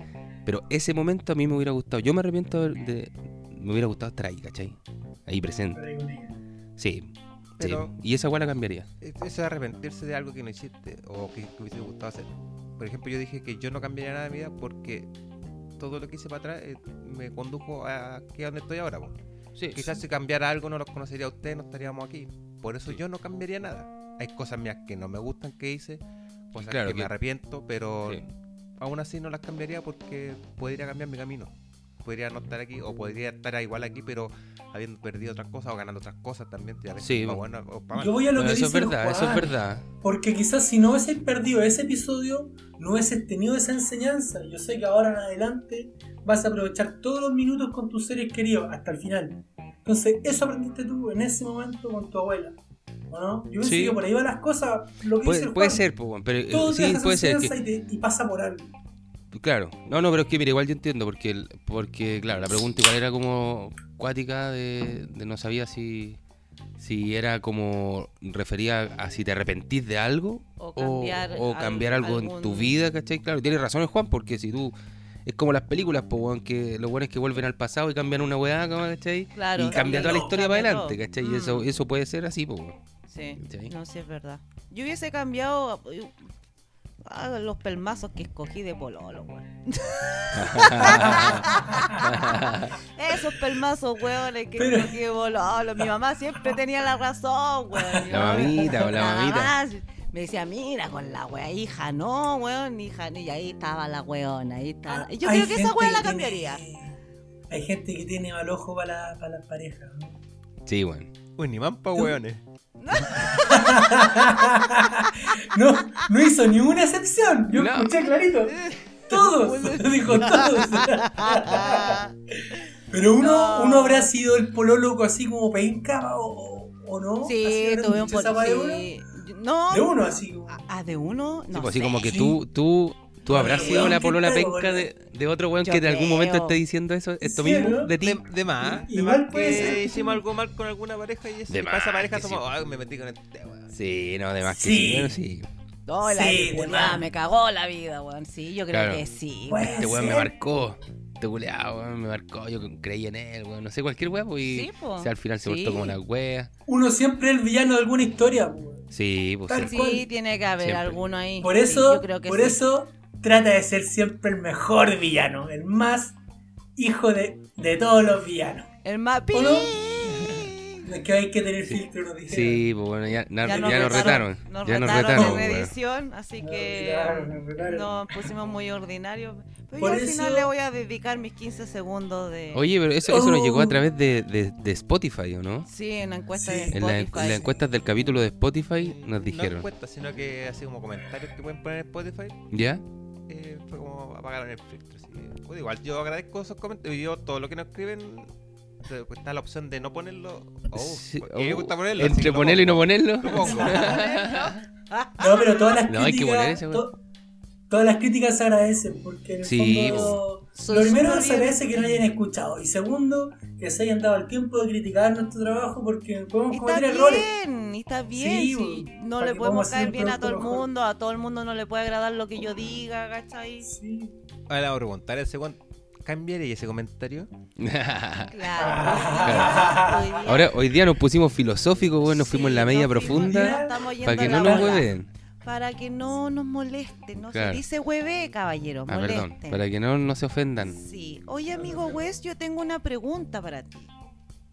S3: Pero ese momento a mí me hubiera gustado, yo me arrepiento de, me hubiera gustado estar ahí, ¿cachai? Ahí presente.
S4: Pero ahí con ella.
S3: Sí.
S5: Pero-
S3: sí. Y esa weá la cambiaría.
S5: E-, Eso es arrepentirse de algo que no hiciste o que, que hubiese gustado hacer. Por ejemplo, yo dije que yo no cambiaría nada de mi vida porque todo lo que hice para atrás eh, me condujo a aquí a donde estoy ahora. po.
S3: Sí,
S5: Quizás si cambiara algo no los conocería a ustedes, no estaríamos aquí. Por eso yo no cambiaría nada. Hay cosas mías que no me gustan que hice, cosas
S3: Claro
S5: que,
S3: que-
S5: me arrepiento, pero
S3: sí.
S5: aún así no las cambiaría porque podría cambiar mi camino. Podría no estar aquí o podría estar igual aquí, pero habiendo perdido otras cosas o ganando otras cosas también. Ya ves,
S3: Sí.
S5: pa' bueno o pa' mal.
S4: Yo voy a lo
S3: Bueno,
S4: que
S3: eso es
S4: dice el
S3: verdad, eso es
S4: Juan,
S3: verdad.
S4: Porque quizás si no hubiese perdido ese episodio, no hubieses tenido esa enseñanza. Yo sé que ahora en adelante vas a aprovechar todos los minutos con tus seres queridos hasta el final. Entonces, eso aprendiste tú en ese momento con tu abuela. ¿O no? Yo pienso
S3: Sí.
S4: que por ahí van las cosas. Lo que dice
S3: Puede,
S4: el
S3: puede
S4: Juan.
S3: ser, po, weón, pero eh,
S4: Todo
S3: sí, puede ser que,
S4: y, te- y pasa por algo.
S3: Claro, no, no, pero es que mira, igual yo entiendo, porque, el- porque claro, la pregunta igual era como cuática de, de no sabía si, si era como refería a si te arrepentís de algo
S2: O cambiar
S3: o
S2: al-
S3: cambiar algo en tu
S2: algún-
S3: vida, ¿cachai? Claro, y tienes razón el Juan, porque si tú, es como las películas, pues, weón, que los buenos que vuelven al pasado y cambian una weá, ¿cómo, ¿cachai?
S2: Claro,
S3: y cambia toda la
S4: todo,
S3: historia para
S2: cambia
S3: adelante,
S2: todo.
S3: ¿cachai?
S2: Mm.
S3: Y eso, eso puede ser así, pues, weón.
S2: Sí,
S3: ¿Cachai?
S2: no, sí es verdad. Yo hubiese cambiado eh, ah, los pelmazos que escogí de Pololo, weón. Esos pelmazos, weones que
S4: Pero-
S2: escogí de Pololo. Mi mamá siempre tenía la razón, weón. Mi
S3: La
S2: mamá-
S3: mamita, la mamita.
S2: mamá me decía, mira con la wea, hija, no, weón, hija, y ahí estaba la weona, ahí estaba. Ah, Yo
S4: Ah, Hay
S2: creo que esa
S4: gente
S2: wea la
S4: tiene-
S2: cambiaría.
S4: hay gente que tiene mal ojo para la- para las parejas. ¿no?
S3: Sí, weón.
S5: Un imán pa' hueones.
S4: No, no hizo ni una excepción. Yo
S3: No.
S4: escuché clarito. Todos, dijo todos.
S2: Ah,
S4: Pero uno,
S2: No.
S4: uno habrá sido el polóloco así como penca o, o no. Así
S2: Sí,
S4: habrán
S2: tuve un
S4: dicho esa
S2: pololo.
S4: palabra.
S3: Este
S2: No.
S4: De uno, así como.
S2: Ah, Ah, de uno, no.
S3: Sí, pues, así
S2: sé.
S3: como que
S4: Sí.
S3: tú, tú, tú habrás
S4: Oye,
S3: sido
S4: weón,
S3: la
S4: ¿qué
S3: polola
S4: pedo,
S3: penca de, de otro weón
S2: Yo
S3: que en algún momento
S2: creo.
S3: esté diciendo eso, esto
S4: Sí,
S3: mismo
S4: ¿no?
S3: de ti.
S5: De, de más. De
S4: Igual
S5: más
S4: puede
S5: que
S4: ser.
S5: hicimos algo mal con alguna pareja y, eso,
S3: De
S5: y para esa
S3: más
S5: pareja
S3: que
S5: somos.
S3: sí.
S5: Ay, me metí con este weón.
S3: Sí, no, además que
S4: Sí.
S3: sí. bueno, sí.
S2: No, la
S4: Sí,
S2: sí,
S4: de más.
S2: me cagó la vida, weón. Sí, yo creo
S3: Claro.
S2: que sí.
S4: Puede
S3: Este weón me
S4: ser.
S3: marcó. Este culeado, weón, me marcó. Yo creí en él, weón. No sé, cualquier weón. pues, Y
S2: Sí, po.
S3: o sea, al final se
S2: Sí.
S3: portó como una wea.
S4: Uno siempre es el villano de alguna historia. po.
S3: Sí, pues
S4: Tal
S3: sí.
S2: Sí,
S4: cual.
S2: tiene que haber
S3: Siempre.
S2: alguno ahí.
S4: Por
S2: Sí,
S4: eso,
S2: yo creo que
S4: por
S2: sí.
S4: eso trata de ser siempre el mejor villano, el más hijo de, de todos los villanos.
S2: El mapi.
S4: ¿O no? Es que hay que tener filtro, nos dijeron.
S3: Sí, pues bueno, ya, na- ya
S2: nos
S3: nos, retaron.
S2: Nos
S3: ya nos
S2: retaron
S3: retaron,
S2: en
S3: weón.
S2: edición, así
S4: Nos
S2: que
S4: retaron, nos retaron.
S2: nos pusimos muy ordinarios. Pero
S4: Por
S2: yo al
S4: eso-
S2: final le voy a dedicar mis 15 segundos de.
S3: Oye, pero eso, eso nos llegó a
S4: Oh.
S3: través de, de, de Spotify, ¿o no?
S2: Sí, en la encuesta
S4: Sí.
S2: de
S3: En, la- en
S2: Spotify.
S3: las encuestas del capítulo de Spotify nos
S5: Mm, No
S3: dijeron.
S5: encuesta, sino que así como comentarios que pueden poner en Spotify.
S3: ¿Ya?
S5: eh, fue como apagaron el filtro. así que, pues, igual yo agradezco esos comentarios. Yo todo lo que nos escriben eh, pues, está la opción de no ponerlo. Oh,
S3: Sí,
S5: porque a mí me
S3: oh,
S5: gusta ponerlo. así que
S3: Entre
S5: lo
S3: ponerlo y no
S5: pongo.
S3: ponerlo.
S5: Lo pongo.
S4: No, pero todas las
S3: No, hay que poner
S4: críticas.
S3: ese,
S4: to- todas las críticas se agradecen porque en el
S3: Sí,
S4: fondo.
S2: Soy
S4: Lo primero
S2: súper
S4: se agradece que no hayan escuchado. Y segundo, que se hayan dado el tiempo de criticar nuestro trabajo porque podemos
S2: Y está
S4: cometer errores.
S2: bien, y está bien.
S4: Sí,
S2: si
S4: bueno,
S2: no
S4: para
S2: le podemos
S4: que podamos hacer
S2: caer
S4: un
S2: bien a todo el
S4: producto mejor.
S2: mundo, a todo el mundo no le puede agradar lo que yo diga, ¿cachai?
S4: Sí.
S5: Ahora le voy a preguntar ese weón. ¿Cambiaría ese comentario?
S2: Claro. Hoy día-
S3: Ahora, hoy día nos pusimos filosóficos, weón, nos
S2: Sí,
S3: fuimos en la media
S2: nos fuimos,
S3: profunda
S2: ya estamos yendo
S3: para que
S2: a
S3: no
S2: la
S3: nos
S2: bola.
S3: hueven.
S2: Para que no nos molesten. No
S3: Claro.
S2: se dice hueve, caballero.
S3: Ah, perdón,
S2: molesten.
S3: para que no, no se ofendan.
S2: Sí. Oye, amigo Wes, yo tengo una pregunta para ti.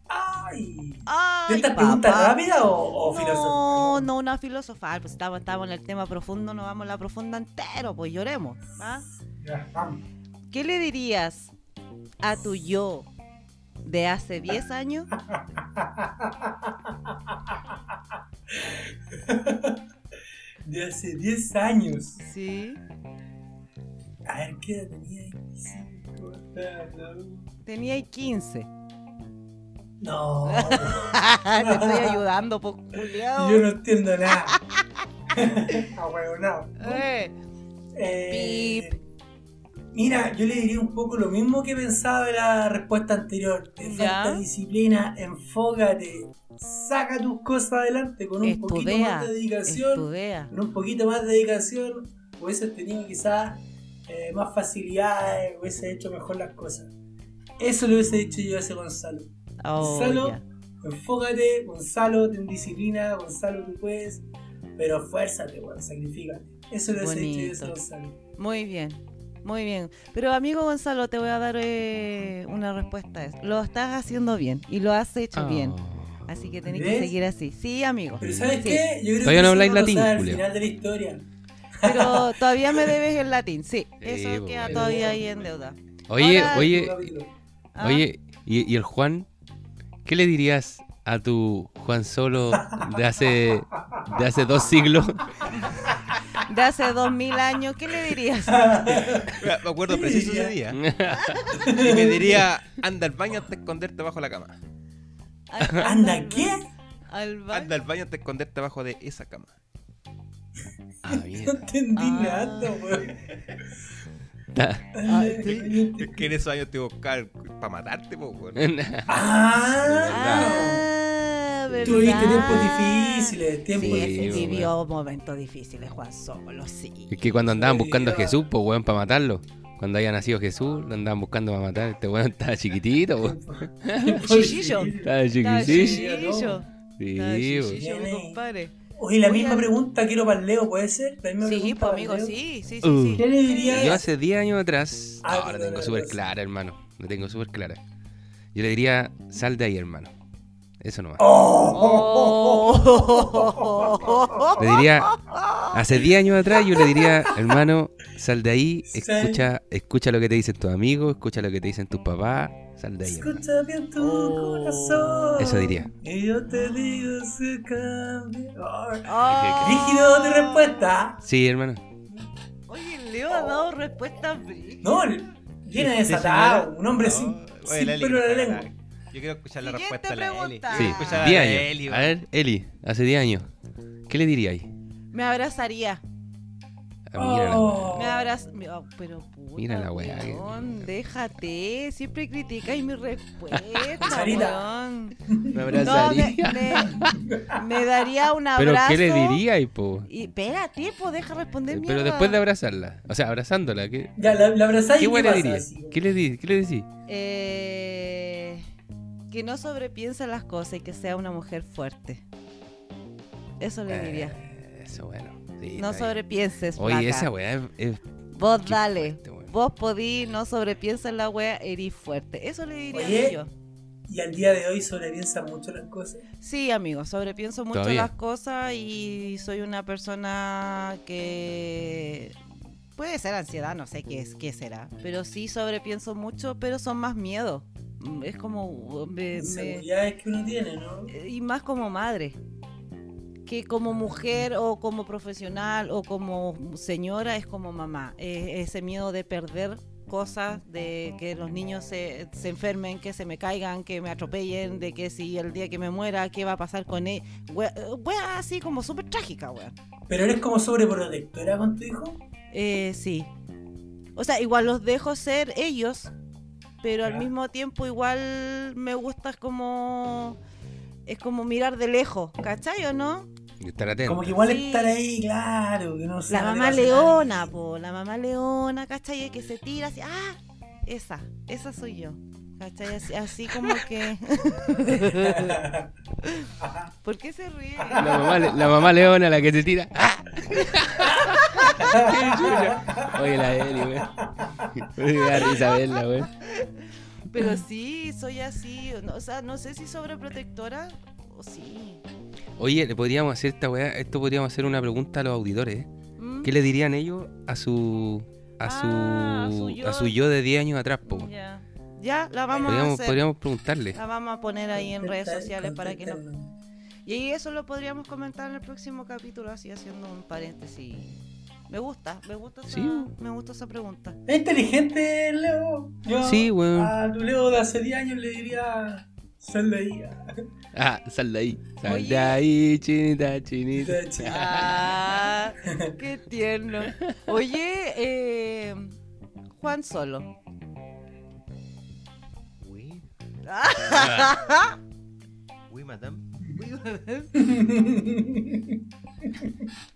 S4: Ay.
S2: Ay,
S4: ¿De estas
S2: papá.
S4: preguntas rápidas o, o
S2: No,
S4: filosóficas?
S2: no, una filosofal. Pues estamos, estamos en el tema profundo, nos vamos a la profunda entero, pues lloremos. ¿va?
S4: Ya, vamos.
S2: ¿Qué le dirías a tu yo de hace 10 años?
S4: De hace 10 años.
S2: Sí.
S4: A ver, ¿qué edad tenía? 25, hasta la-
S2: Tenía ahí 15.
S4: No,
S2: Te estoy ayudando, pues, culiao.
S4: yo no entiendo nada. Ahueonao.
S2: Eh,
S4: Eh, mira, yo le diría un poco lo mismo que pensaba de la respuesta anterior. Te
S2: Ya.
S4: falta disciplina, enfócate, saca tus cosas adelante con un poquito
S2: Estudia.
S4: más de dedicación.
S2: Estudia.
S4: Con un poquito más de dedicación, hubiese tenido quizás eh, más facilidades, hubiese hecho mejor las cosas. Eso le hubiese dicho yo a ese Gonzalo.
S2: Oh,
S4: Gonzalo,
S2: ya.
S4: Enfócate, Gonzalo, ten disciplina, Gonzalo, tú puedes, pero esfuérzate, weón, sacrificate. Eso lo he hecho
S2: Bonito.
S4: ese Gonzalo.
S2: Muy bien. Muy bien. Pero amigo Gonzalo, te voy a dar eh, una respuesta. a eso. Lo estás haciendo bien y lo has hecho
S6: Ah.
S2: bien. Así que tenés que
S4: ¿Ves?
S2: seguir así. Sí, amigo.
S4: Pero ¿sabes
S2: Sí.
S4: qué? Yo creo que
S3: Todavía no
S4: eso
S3: habláis
S4: uno lo
S3: latín,
S4: sabe al
S3: Julio.
S4: final de la historia.
S2: Pero todavía me debes el latín, sí.
S3: Sí,
S2: Eso
S3: pues,
S2: queda
S3: bueno.
S2: todavía ahí en deuda.
S3: Oye,
S2: Ahora-
S4: Un
S3: oye,
S4: capítulo.
S2: Ah,
S3: oye, y, y el Juan? ¿Qué le dirías a tu Juan Solo de hace, de hace dos siglos?
S2: De hace dos mil años, ¿qué le dirías?
S5: Me me acuerdo
S4: Sí,
S5: preciso
S4: ya.
S5: ese día. Y me diría, anda al baño antes de esconderte bajo la cama.
S2: Al-
S4: Anda, ¿qué?
S2: Al baño.
S5: Anda al baño antes de esconderte bajo de esa cama.
S3: Ah,
S4: No
S3: bien.
S4: entendí
S2: Ah.
S4: nada, weón.
S3: Está-
S2: Ah, sí.
S5: Es que en esos años te iba a buscar para matarte, po, weón.
S4: Ah,
S2: Ah, ¿verdad?
S4: tuviste tiempos difíciles, tiempos
S2: Sí,
S4: difíciles.
S3: bueno.
S2: vivió momentos difíciles, Juan Solo, sí.
S3: Es que cuando andaban buscando a Jesús, pues, weón, para matarlo. Cuando haya nacido Jesús, lo andaban buscando para matar. Este weón estaba chiquitito, weón.
S4: Tiempos
S2: Chichillo.
S4: difíciles.
S3: Estaba
S2: Estaba
S3: chiquitito.
S2: chiquillo,
S3: Sí,
S2: estaba
S3: weón.
S2: chiquillo, mi
S4: Bien ahí.
S2: compadre.
S4: Oye, la misma
S2: Oye,
S4: pregunta quiero para el Leo, ¿puede ser? La misma
S2: Sí,
S4: pregunta
S2: pues
S4: para el
S2: amigo,
S4: Leo.
S2: sí, sí, sí.
S3: Uh.
S4: ¿Qué
S2: sí.
S4: le diría
S3: Yo hace 10 años atrás,
S4: Ah,
S3: ahora la tengo
S4: perdón,
S3: súper
S4: perdón.
S3: clara, hermano. La tengo súper clara. Yo le diría, sal de ahí, hermano. Eso nomás.
S2: Oh.
S3: Le diría, hace 10 años atrás, yo le diría, hermano, sal de ahí,
S4: Sal.
S3: escucha, escucha lo que te dicen tus amigos, escucha lo que te dicen tus papás, sal de ahí. hermano.
S4: Escucha bien tu corazón.
S3: Eso diría.
S4: Y yo te digo se cambia. Oh.
S2: Oh.
S4: Rígido de respuesta.
S3: Sí, hermano.
S2: Oye, Leo ha dado respuestas brígidas.
S4: No, viene desatado. Un hombre sin,
S5: Oye,
S4: sin
S5: la Eli,
S4: pelo en la
S5: que está
S4: lengua.
S5: cagada. Yo quiero escuchar la
S2: Siguiente
S5: respuesta de la Eli.
S4: Ah.
S2: pregunta.
S3: Sí,
S5: Quiero escuchar a
S3: 10
S5: la
S3: años.
S5: Eli,
S3: A ver, Eli, hace 10 años. ¿Qué le diría ahí?
S2: Me abrazaría.
S3: Ah, mira, la-
S4: Oh.
S2: Me abraz... me- oh, pero puta,
S3: Mira la weá eh. que-
S2: weón, déjate. Siempre criticáis mi respuesta,
S4: Sarita.
S2: weón.
S3: me
S2: No,
S3: abrazaría.
S2: me, me- me daría un
S3: Pero
S2: abrazo.
S3: ¿qué le diría ahí, po?
S2: Y espérate, pues deja responder
S3: Eh, Pero
S2: mierda.
S3: después de abrazarla, o sea, abrazándola, ¿qué,
S4: Ya, la, la abrazáis
S3: ¿qué
S4: y
S3: weá
S4: ¿qué
S3: le
S4: pasa?
S3: dirías?
S4: Así.
S3: ¿Qué le, di- qué le decís?
S2: Eh, que no sobrepiensa las cosas y que sea una mujer fuerte. Eso le diría.
S3: Eh, eso bueno. sí,
S2: No
S3: está bien.
S2: sobrepienses. flaca.
S3: Oye, esa weá es, es-
S2: Vos
S3: qué
S2: dale.
S3: fuerte, weón.
S2: Vos podí, no sobrepienses la wea, erís fuerte. Eso le diría
S4: Oye.
S2: yo.
S4: Y al día de hoy sobrepiensan mucho las cosas.
S2: Sí, amigo, sobrepienso mucho
S3: Todavía.
S2: las cosas y soy una persona que puede ser ansiedad, no sé qué es, qué será, pero sí sobrepienso mucho, pero son más miedo. Mm, Es como uh, me- me-
S4: Inseguridades que uno tiene, ¿no?
S2: eh, y más como madre que como mujer o como profesional o como señora es como mamá. Eh, ese miedo de perder cosas, de que los niños se, se enfermen, que se me caigan, que me atropellen, de que si el día que me muera, ¿qué va a pasar con él? Wea, wea así como súper trágica, wea.
S4: Pero eres como sobreprotectora con tu hijo.
S2: Eh, sí. O sea, igual los dejo ser ellos, pero al
S4: Ya.
S2: mismo tiempo igual me gusta como... Es como mirar de lejos, ¿cachai o no?
S3: estar atento.
S4: Como que igual
S2: Sí.
S4: estar ahí, claro. Que no se
S2: La
S4: no te
S2: mamá
S4: pase
S2: leona,
S4: nada.
S2: po, la mamá leona, ¿cachai? Que se tira así, ¡ah! Esa, esa soy yo. ¿Cachai? Así, así como que. ¿Por qué se ríe?
S3: La mamá, le- la mamá leona, la que se tira. ¡Ah! ¡Qué chucha! Oye, la Eli, weón. Me da risa verla, weón.
S2: Pero sí, soy así. no- o sea, no sé si sobreprotectora o sí.
S3: Oye, le podríamos hacer esta weá, esto podríamos hacer una pregunta a los auditores. ¿eh?
S2: ¿Mm?
S3: ¿Qué le dirían ellos a su. a su.
S2: Ah, a su yo.
S3: a su yo de 10 años atrás, po? weón?
S2: Ya. Ya, la vamos a
S3: Podríamos,
S2: hacer. Ah.
S3: podríamos preguntarle.
S2: La vamos a poner pues, ahí en redes
S4: Contestar-
S2: sociales para que no.
S4: contestarnos.
S2: Y ahí eso lo podríamos comentar en el próximo capítulo, así haciendo un paréntesis. Me gusta, me gusta esa,
S3: Sí.
S2: me gusta esa pregunta.
S4: Es inteligente, Leo. Yo
S3: Sí, weón.
S4: A tu Leo de hace 10 años le diría. Se le diría.
S3: Ah, sal de ahí. Sal
S2: Oye.
S3: de ahí, chinita, chinita.
S2: Ah, qué tierno. Oye, eh, Juan Solo.
S5: Uy,
S2: Ah,
S5: uy, madame.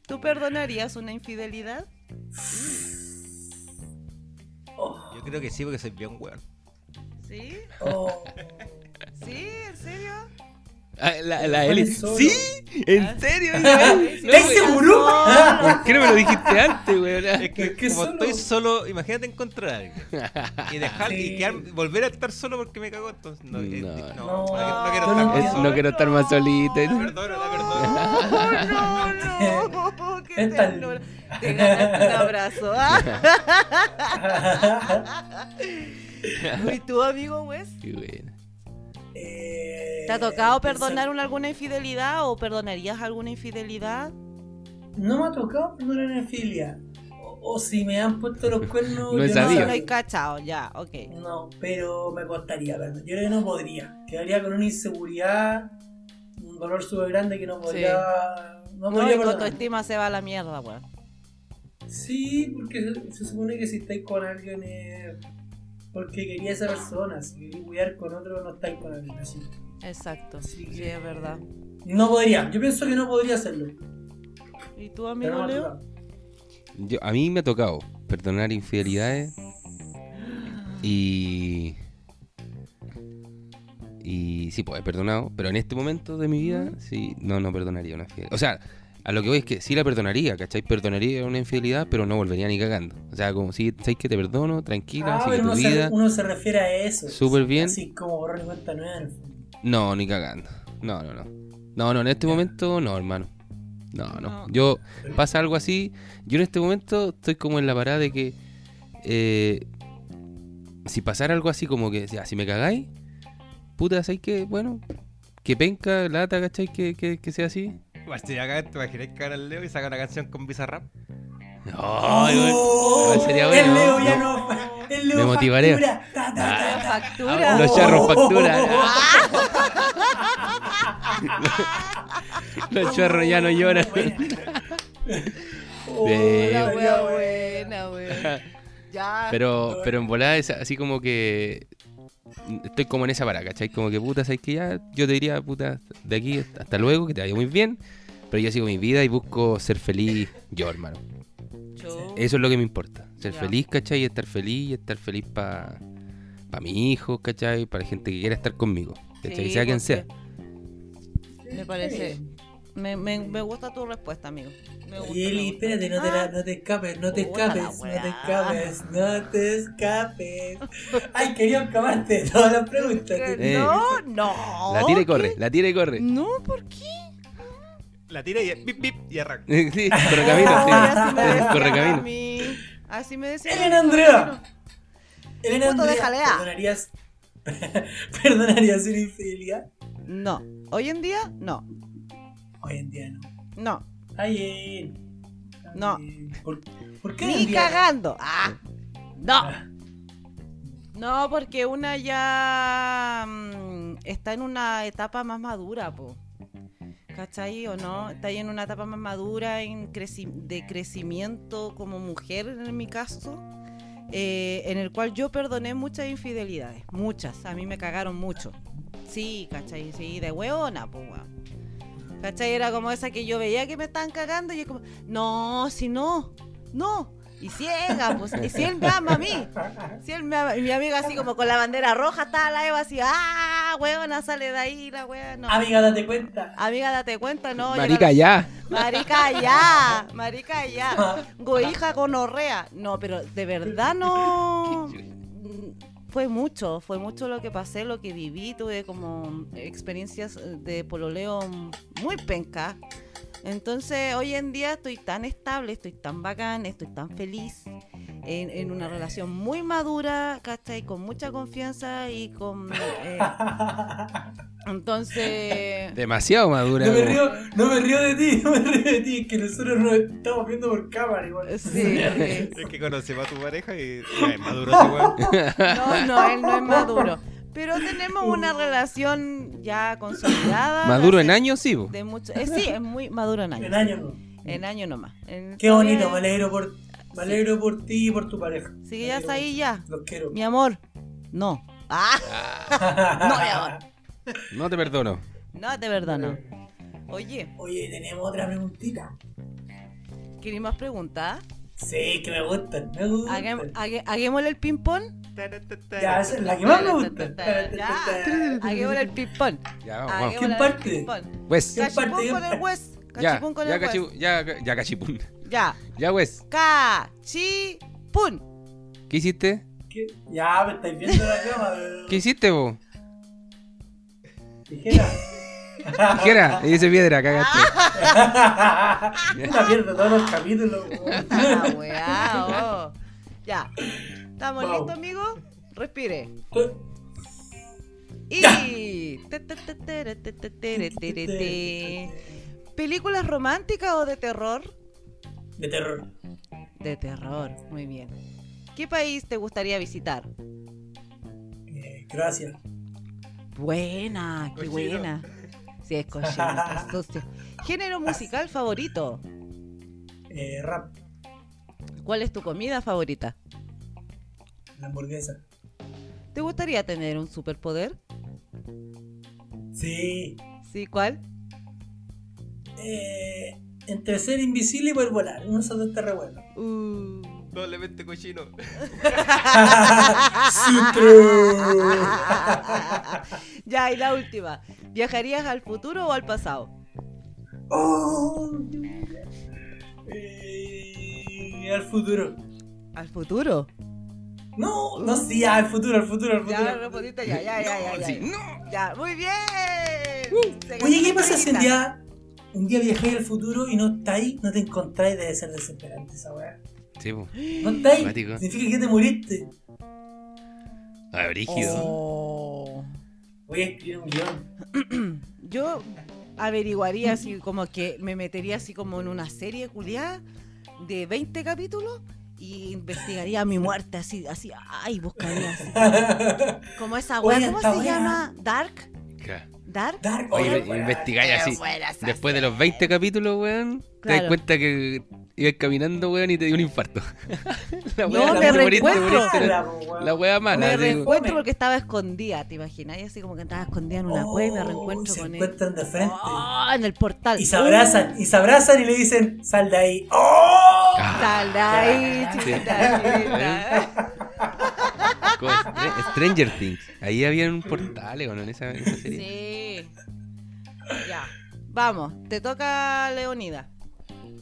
S2: ¿Tú perdonarías una infidelidad?
S5: Yo creo que sí, porque soy bien weón.
S2: ¿Sí?
S4: Oh.
S2: ¿Sí? ¿En serio? Ah,
S3: Ah, la, la
S4: Juan
S3: Eli.
S4: es solo.
S3: ¿Sí?
S6: ¿En serio?
S4: ¿Estás seguro?
S6: ¿Por qué no me lo dijiste antes, weón?
S5: Es que,
S4: Es que
S5: como
S4: solo-
S5: estoy solo, imagínate encontrar a alguien y dejar
S4: Sí.
S5: y quedar- volver a estar solo porque me cagó. Entonces, no, eh,
S6: No.
S5: no, no,
S4: No.
S5: quiero
S4: Yo
S5: estar
S4: no-
S6: Es-
S5: solo.
S6: No quiero estar más solito.
S5: La perdono, la perdono.
S4: Oh,
S2: No, no, qué
S4: Es tan-
S2: ternura. Te ganaste un abrazo. ¿ah? ¿Y tú, amigo Wes?
S6: Qué bueno.
S4: Eh,
S2: ¿Te ha tocado
S4: pensar-
S2: perdonar una- alguna infidelidad o perdonarías alguna infidelidad?
S4: No me ha tocado perdonar una filia. O, o si me han puesto los cuernos.
S6: No
S4: yo
S6: he
S2: No,
S6: sabido.
S2: no hay cachao, ya, ok.
S4: No, pero me costaría, perdón. Yo creo que no podría. Quedaría con una inseguridad, un dolor súper grande que no podría. No
S2: No,
S4: podría
S2: y con tu
S4: perdonar.
S2: estima se va a la mierda, weón.
S4: Sí, porque se, se supone que si estáis con alguien es porque quería esa persona. Si queréis cuidar con otro, no estáis con alguien así.
S2: Exacto,
S4: Sí.
S2: sí, es verdad.
S4: No podría. Yo pienso que no podría hacerlo.
S2: ¿Y tú,
S4: Pero
S2: amigo
S4: no me ha
S2: Leo?
S4: tocado.
S3: Yo- a mí me ha tocado perdonar infidelidades y. Y sí, pues he perdonado, pero en este momento de mi vida, sí, no, no perdonaría una infidelidad. O sea, a lo que voy es que sí la perdonaría, ¿cachai? Perdonaría una infidelidad, pero no volvería ni cagando. O sea, como si, ¿sabes que te perdono? Tranquila,
S4: Ah,
S3: sigue
S4: pero
S3: tu
S4: uno se,
S3: vida.
S4: uno se refiere a eso.
S3: Súper bien.
S4: Así como borrar y cuenta nueva. en el fondo.
S3: No, ni cagando. No, no, no. No, no, en este momento no, hermano. No, no.
S2: No.
S3: Yo pasa algo así. Yo en este momento estoy como en la parada de que eh, si pasara algo así como que, o sea, si me cagáis, puta, ¿sabéis que, bueno, que penca, lata, ¿cachai? Que, que, que sea así.
S5: Igual, si acá te imagináis que ahora el Leo y saca una canción con Bizarrap.
S3: Ay, weón.
S4: ¡Oh!
S3: sería
S4: El
S3: bueno,
S4: Leo ya no.
S3: ¿no?
S4: El Leo
S3: Me motivaré. Ah,
S4: factura. Ta, ta, ta, ta.
S2: Factura.
S6: Los charros facturan. Los charros ya no lloran.
S4: Hola,
S2: Hola,
S4: wea,
S2: Oh, wea,
S4: wea.
S2: buena, wea. Ya.
S3: Pero, pero en volada es así como que estoy como en esa parada, ¿cachai? Como que puta, ¿sabes que ya? Yo te diría, puta, de aquí hasta luego, que te vaya muy bien. Pero yo sigo mi vida y busco ser feliz yo, hermano.
S2: Chu.
S3: Eso es lo que me importa. Ser
S2: Ya.
S3: feliz, ¿cachai? Y estar feliz, y estar feliz para pa mi hijo, ¿cachai? Para gente que quiera estar conmigo. ¿Cachai?
S2: Sí,
S3: sea quien
S2: porque-
S3: sea.
S2: Me parece. Me, me, me gusta tu respuesta, amigo. Me gusta,
S4: Oye,
S2: me
S4: Eli,
S2: gusta. Ah,
S4: espérate, no te, la- no te escapes, no te
S2: Puta la
S4: escapes, no te
S2: wea.
S4: escapes, no te escapes. Ay, quería escaparte de todas las preguntas.
S2: Que
S3: Eh,
S2: No, no.
S3: La tira y corre, la tira y corre.
S2: No, pues, ¿por qué?
S5: La tira y bip, bip, y arranca.
S3: Sí, corre camino, sí.
S2: Ay, así me decían
S3: Corre
S2: a
S3: camino.
S2: mí. Así me decían.
S4: Elena Andrea. Elena
S2: Puto,
S4: Andrea,
S2: déjale, ah.
S4: ¿perdonarías, ¿perdonarías una infidelidad?
S2: No. Hoy en día, no.
S4: Hoy en día no.
S2: No.
S4: Está bien. está
S2: No.
S4: bien. ¿Por, por qué hoy en
S2: Ni
S4: día no?
S2: cagando. Ah. No. No, porque una ya mm, está en una etapa más madura, po. ¿Cachai o no? Está ahí en una etapa más madura, en creci- de crecimiento como mujer, en mi caso, eh, en el cual yo perdoné muchas infidelidades, muchas. A mí me cagaron mucho. Sí, ¿cachai? Sí, de hueona, po, weón. ¿Cachai? Era como esa que yo veía que me estaban cagando y es como, no, si no, no. Y ciega, pues, y si él me ama a mí, si él me ama, y mi amiga así como con la bandera roja, está la Eva así, ah, huevona, sale de ahí, la huevona. no.
S4: Amiga, date cuenta.
S2: Amiga, date cuenta, no.
S6: Marica,
S2: yo
S6: ya.
S2: no- Marica ya. Marica ya. Goija gonorrea. No, pero de verdad no. Fue mucho, fue mucho lo que pasé, lo que viví. Tuve como experiencias de pololeo muy penca. Entonces, hoy en día estoy tan estable, estoy tan bacán, estoy tan feliz. En, en una relación muy madura, ¿cachai? Con mucha confianza y con. eh, entonces.
S3: Demasiado madura.
S4: No me,
S3: como-
S4: río, no me río de ti, no me río de ti, es que nosotros nos estamos viendo por cámara igual.
S2: Sí.
S5: Es que conocemos a tu pareja y ya, es maduro ese weón.
S2: No, no, él no es maduro. Pero tenemos una relación ya consolidada.
S3: Maduro en
S2: de-
S3: años, sí. bo.
S2: Ah, De mucho, eh, sí, es muy maduro en
S4: En
S2: años.
S4: años no.
S2: En años nomás. En-
S4: Qué bonito, me
S2: todavía-
S4: alegro por, me alegro por ti y por tu pareja.
S2: Sí,
S4: Me
S2: ya
S4: alegro
S2: está ahí ya.
S4: mucho. Los quiero.
S2: Mi amor, no. Ah, no, mi amor.
S3: No te perdono.
S2: No, de verdad no. Oye,
S4: Oye, tenemos otra preguntita.
S2: ¿queréis más preguntas?
S4: Sí, que me gustan, me gustan.
S2: Hagam- hague- Hagámosle el ping-pong.
S4: Ya, esa es la que más me gusta.
S2: Ya, Hagámosle el ping-pong.
S3: Ya, vamos, vamos.
S2: Hagámosle el
S4: parte?
S2: ping-pong.
S3: Wes.
S4: ¿Quién
S2: Cachipún
S4: parte?
S2: con el West.
S3: Ya,
S2: Cachipún con
S3: ya,
S2: el West.
S3: cachipu- ya, ca- ya, cachipún.
S2: Ya.
S3: Ya, Wes.
S2: Cachipún.
S3: ¿Qué hiciste?
S4: ¿Qué? Ya, me estáis viendo la cámara.
S3: ¿Qué hiciste, vos?
S4: Tijera.
S3: Tijera. Y dice piedra, cagaste.
S4: Una pierdo todos los capítulos. weón.
S2: Ah, weá, oh. Ya. ¿Estamos
S4: Vamos.
S2: listos, amigo? Respire.
S4: Estoy-
S2: Y. Te, te, te, tere, te, te, tere,
S4: Este,
S2: tere, te. ¿Películas románticas o de terror?
S4: De terror.
S2: De terror, muy bien. ¿Qué país te gustaría visitar?
S4: Eh, gracias.
S2: Buena, qué
S5: Cochino.
S2: buena. Sí, es cochino, está sucio. Género musical favorito.
S4: Eh, rap,
S2: ¿Cuál es tu comida favorita?
S4: la hamburguesa.
S2: ¿Te gustaría tener un superpoder?
S4: Sí.
S2: Sí, ¿cuál?
S4: Eh, entre ser invisible y poder volar. Uno solo está re bueno.
S2: Uh.
S5: Doblemente cochino.
S4: Sí, true.
S2: ya, y la última. ¿Viajarías al futuro o al pasado?
S4: Oh. Eh, al futuro.
S2: ¿Al futuro?
S4: No, no, sí, ya, al futuro, al futuro, al futuro.
S2: Ya, respondiste ya, ya, ya, ya. ya,
S3: Sí,
S2: ya.
S3: no.
S2: Ya, muy bien. Se ganó
S4: Uh. Oye, ¿qué
S2: una
S4: pasa si un
S2: estrellita.
S4: día, un día viajáis al futuro y no estáis, no te encontráis? Debe ser desesperante esa weá.
S3: Sí, po.
S4: No estáis.
S3: Cuático.
S4: Significa que te moriste.
S3: Ah, brígido.
S2: Oh.
S4: Voy a escribir un guión.
S2: Yo averiguaría así como que me metería así como en una serie culiada de 20 capítulos y investigaría mi muerte así, así, ay, buscaría así. Como esa wea,
S4: Oye,
S2: ¿cómo se
S4: esta wea.
S2: llama? Dark,
S3: Claro.
S2: Dark.
S4: Dark
S3: Oye,
S4: Oye,
S3: ve- investigáis así. Después de los 20 capítulos, weón, te das
S2: Claro.
S3: cuenta que ibas caminando, weón, y te dio un infarto. la
S2: No,
S3: la
S2: me
S3: moriste,
S2: reencuentro.
S3: moriste, la- La
S4: weá.
S3: weá mala.
S2: Me
S3: así, weón.
S2: reencuentro porque estaba escondida, ¿te imaginas? Y así como que estaba escondida en una cueva y me reencuentro
S4: Oh, se
S2: con él.
S4: encuentran de frente.
S2: Oh, en el portal.
S4: Y se abrazan, y se abrazan y le dicen, sal de ahí. ¡Oh!
S2: Uh, sal de ahí, chiquita, chiquita.
S3: Como Str- Stranger Things. Ahí había un portal, weón, en esa, en esa serie.
S2: Sí. Ya. Vamos, te toca Leonida.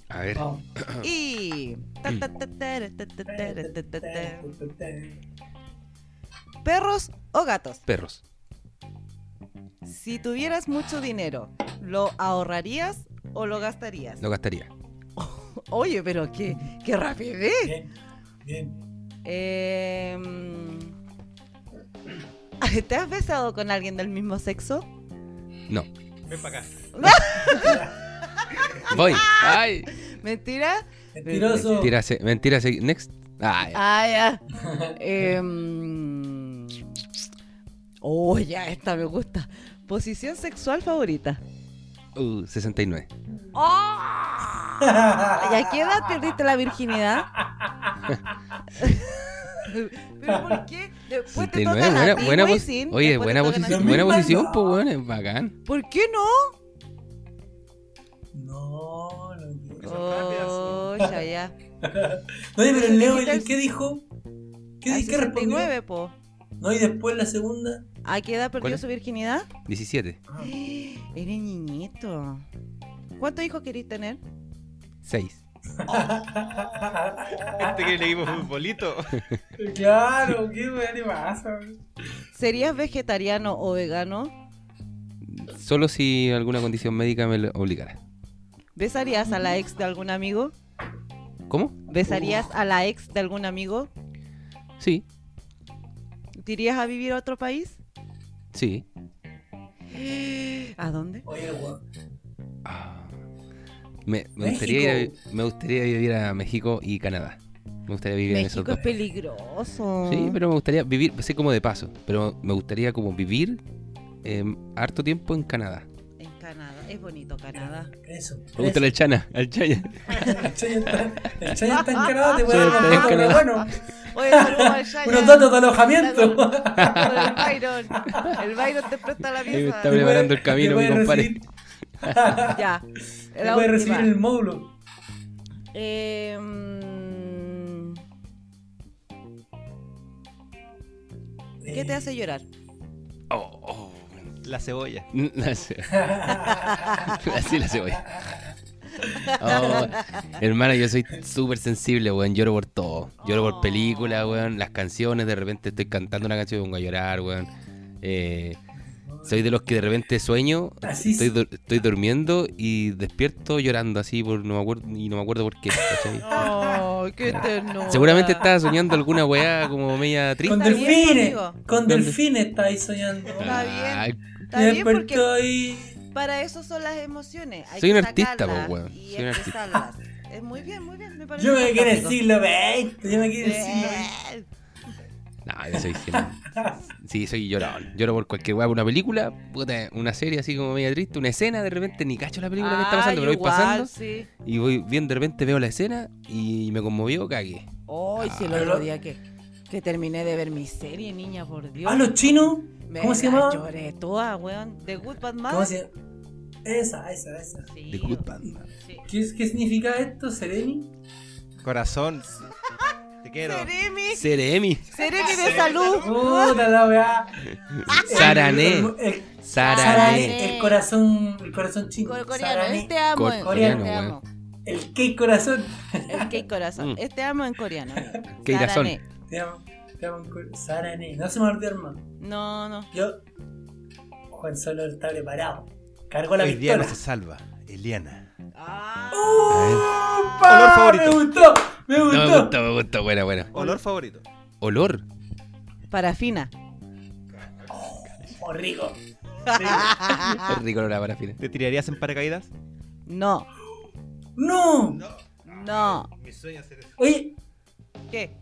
S3: A ver.
S4: Vamos.
S2: Y. ta, ta, ta, ta, ta, ta, ta, ta, ta, ta. ¿Perros o gatos?
S3: Perros.
S2: Si tuvieras mucho dinero, ¿lo ahorrarías o lo gastarías?
S3: Lo gastaría.
S2: Oye, pero qué, qué rapidez.
S4: Bien, bien.
S2: Eh, ¿Te has besado con alguien del mismo sexo?
S3: No.
S5: Ven para acá.
S3: Voy. Ay.
S2: ¿Mentira?
S4: Mentiroso.
S3: Mentira, se- mentira, se- next. Ay.
S2: Ah, ya. Em, oh, ya, esta me gusta. Posición sexual favorita.
S3: Uh, 69. ¡Ah!
S2: ¿Y a qué edad perdiste la virginidad? ¿Pero por qué? Después te
S3: 69.
S2: tocan a
S3: Buena,
S2: ti,
S3: buena
S2: güey,
S3: pos-
S2: sin-
S3: Oye,
S2: después te
S3: buena
S2: tocan a ti.
S3: posición.
S4: ti.
S3: Buena
S4: Misma
S3: posición,
S4: edad.
S3: pues, weón. Es bacán.
S2: ¿Por qué no?
S4: No, no quiero.
S2: Oh, ya, ya.
S4: Oye, pero el Leo,
S2: Dijiste
S4: ¿el ¿qué dijo? ¿Qué,
S2: Al
S4: di- ¿qué respondió?
S2: 69, po.
S4: No, y después la segunda.
S2: ¿A qué edad
S3: ¿Cuál
S2: perdió
S3: es?
S2: su virginidad?
S3: 17.
S4: Ah.
S2: Eres niñito. ¿Cuántos hijos querés tener?
S3: 6.
S5: Este que leímos futbolito.
S4: Claro, qué weá te pasa.
S2: ¿Serías vegetariano o vegano?
S3: Solo si alguna condición médica me lo obligara.
S2: ¿Besarías a la ex de algún amigo?
S3: ¿Cómo?
S2: ¿Besarías a la ex de algún amigo?
S3: Sí,
S2: ¿Te irías a vivir a otro país?
S3: sí.
S2: ¿A dónde?
S4: Oye, weón.
S3: Ah. Me, me gustaría ir a, vi- me gustaría vivir a México y Canadá. Me gustaría vivir en esos
S2: México
S3: dos.
S2: es peligroso.
S3: Sí, pero me gustaría vivir, pues, sé como de paso, pero me gustaría como vivir eh, harto tiempo en Canadá.
S2: En Canadá, es bonito Canadá.
S4: Eso.
S3: Pregúntale al Chana, al Chaya.
S4: El Chay está, el Chay está encargado, te puede
S3: Sí,
S4: dar
S3: está
S4: una mano, pero
S3: encargado.
S4: bueno.
S2: Oye, saludos al Shaya.
S4: Unos datos de alojamiento.
S2: Con el Byron. El Byron te presta la
S3: Ahí me está
S2: pieza.
S3: preparando el camino, mi
S4: puede
S3: compadre.
S4: recibir-
S2: Ya.
S4: Te
S2: La
S4: puede recibir en
S2: última.
S4: el módulo.
S2: Eh, mm, ¿Qué
S4: Eh,
S2: te hace llorar?
S3: Oh, oh, bueno.
S5: La cebolla.
S3: La ce- Así la cebolla. Oh, hermana, yo soy súper sensible, weón. Lloro por todo. Lloro por
S2: Oh.
S3: películas, weón. Las canciones, de repente estoy cantando una canción y me pongo a llorar, weón. Eh, soy de los que de repente sueño,
S4: Así
S3: estoy, dur- estoy durmiendo y despierto llorando así por no me acuerdo, y no me acuerdo por qué. ¿cachai?
S2: Oh, qué ternura.
S3: Seguramente estaba soñando alguna weá como media
S4: Con
S3: triste.
S2: Está bien,
S4: delfines.
S2: amigo.
S4: Con
S3: ¿Dónde?
S4: delfines estáis soñando.
S2: Está bien.
S3: Ah, Ay,
S2: Está bien porque
S4: Despertó y-
S2: para eso son las emociones. Hay
S3: Soy
S2: que
S3: un artista,
S2: sacarlas
S3: po, weón.
S2: Y
S3: Soy un artista.
S2: expresarlas. Es muy bien, muy bien. Me parece
S4: Yo me quedé en el
S2: fantástico.
S4: siglo XX. Yo me quedé en el siglo XX.
S2: Eh,
S3: No, yo soy genial. Sí, soy llorón. Lloro por cualquier weá, por una película, puta, una serie así como media triste, una escena, de repente ni cacho la película que está pasando,
S2: ah,
S3: pero voy
S2: igual,
S3: pasando
S2: Sí.
S3: y voy bien, de repente veo la escena y me conmovió, cagué.
S2: Hoy sí, el
S4: Ah.
S2: otro día que, que terminé de ver mi serie, niña, por Dios.
S4: Ah, los chinos.
S2: Me
S4: ¿Cómo se
S2: la
S4: llamaba?
S2: Lloré toda, weón. The Good Bad Mother.
S4: ¿Cómo se Esa, esa, esa.
S2: Sí,
S3: De Good Band.
S2: sí.
S4: ¿Qué, es- qué significa esto, Sereni?
S5: Corazón. Te quiero.
S2: Seremi,
S3: Seremi,
S2: Seremi de salud.
S4: Puta la weá.
S3: Sarané.
S4: El- el-
S3: Sarané,
S4: Sarané. El corazón, el corazón chino.
S2: Cor- Coreano,
S4: Sarané.
S2: este amo
S3: Cor-
S2: en
S4: coreano,
S2: coreano. Te
S3: weón.
S2: amo.
S4: El cake corazón.
S2: El que corazón.
S3: Mm.
S2: Este amo en coreano.
S3: Keirazón.
S2: Sarané.
S4: Te amo, te amo. cor- Sarané. No se me olvide, hermano.
S2: No, no.
S4: Yo. Juan Solo está preparado. Cargó la
S5: Hoy día no
S4: pistola. ¡Oh,
S5: se salva. Eliana.
S4: ¡Pa!
S5: Olor favorito.
S4: Me gustó, me
S3: No
S4: gustó.
S3: me gusta, me gusta, bueno, bueno.
S5: Olor favorito.
S3: Olor,
S2: Parafina.
S4: Oh, rico.
S2: Ah.
S3: es rico olor a parafina.
S5: ¿Te tirarías en paracaídas?
S2: No,
S4: No.
S2: no.
S5: Mi sueño es hacer eso.
S4: Oye,
S2: ¿Qué?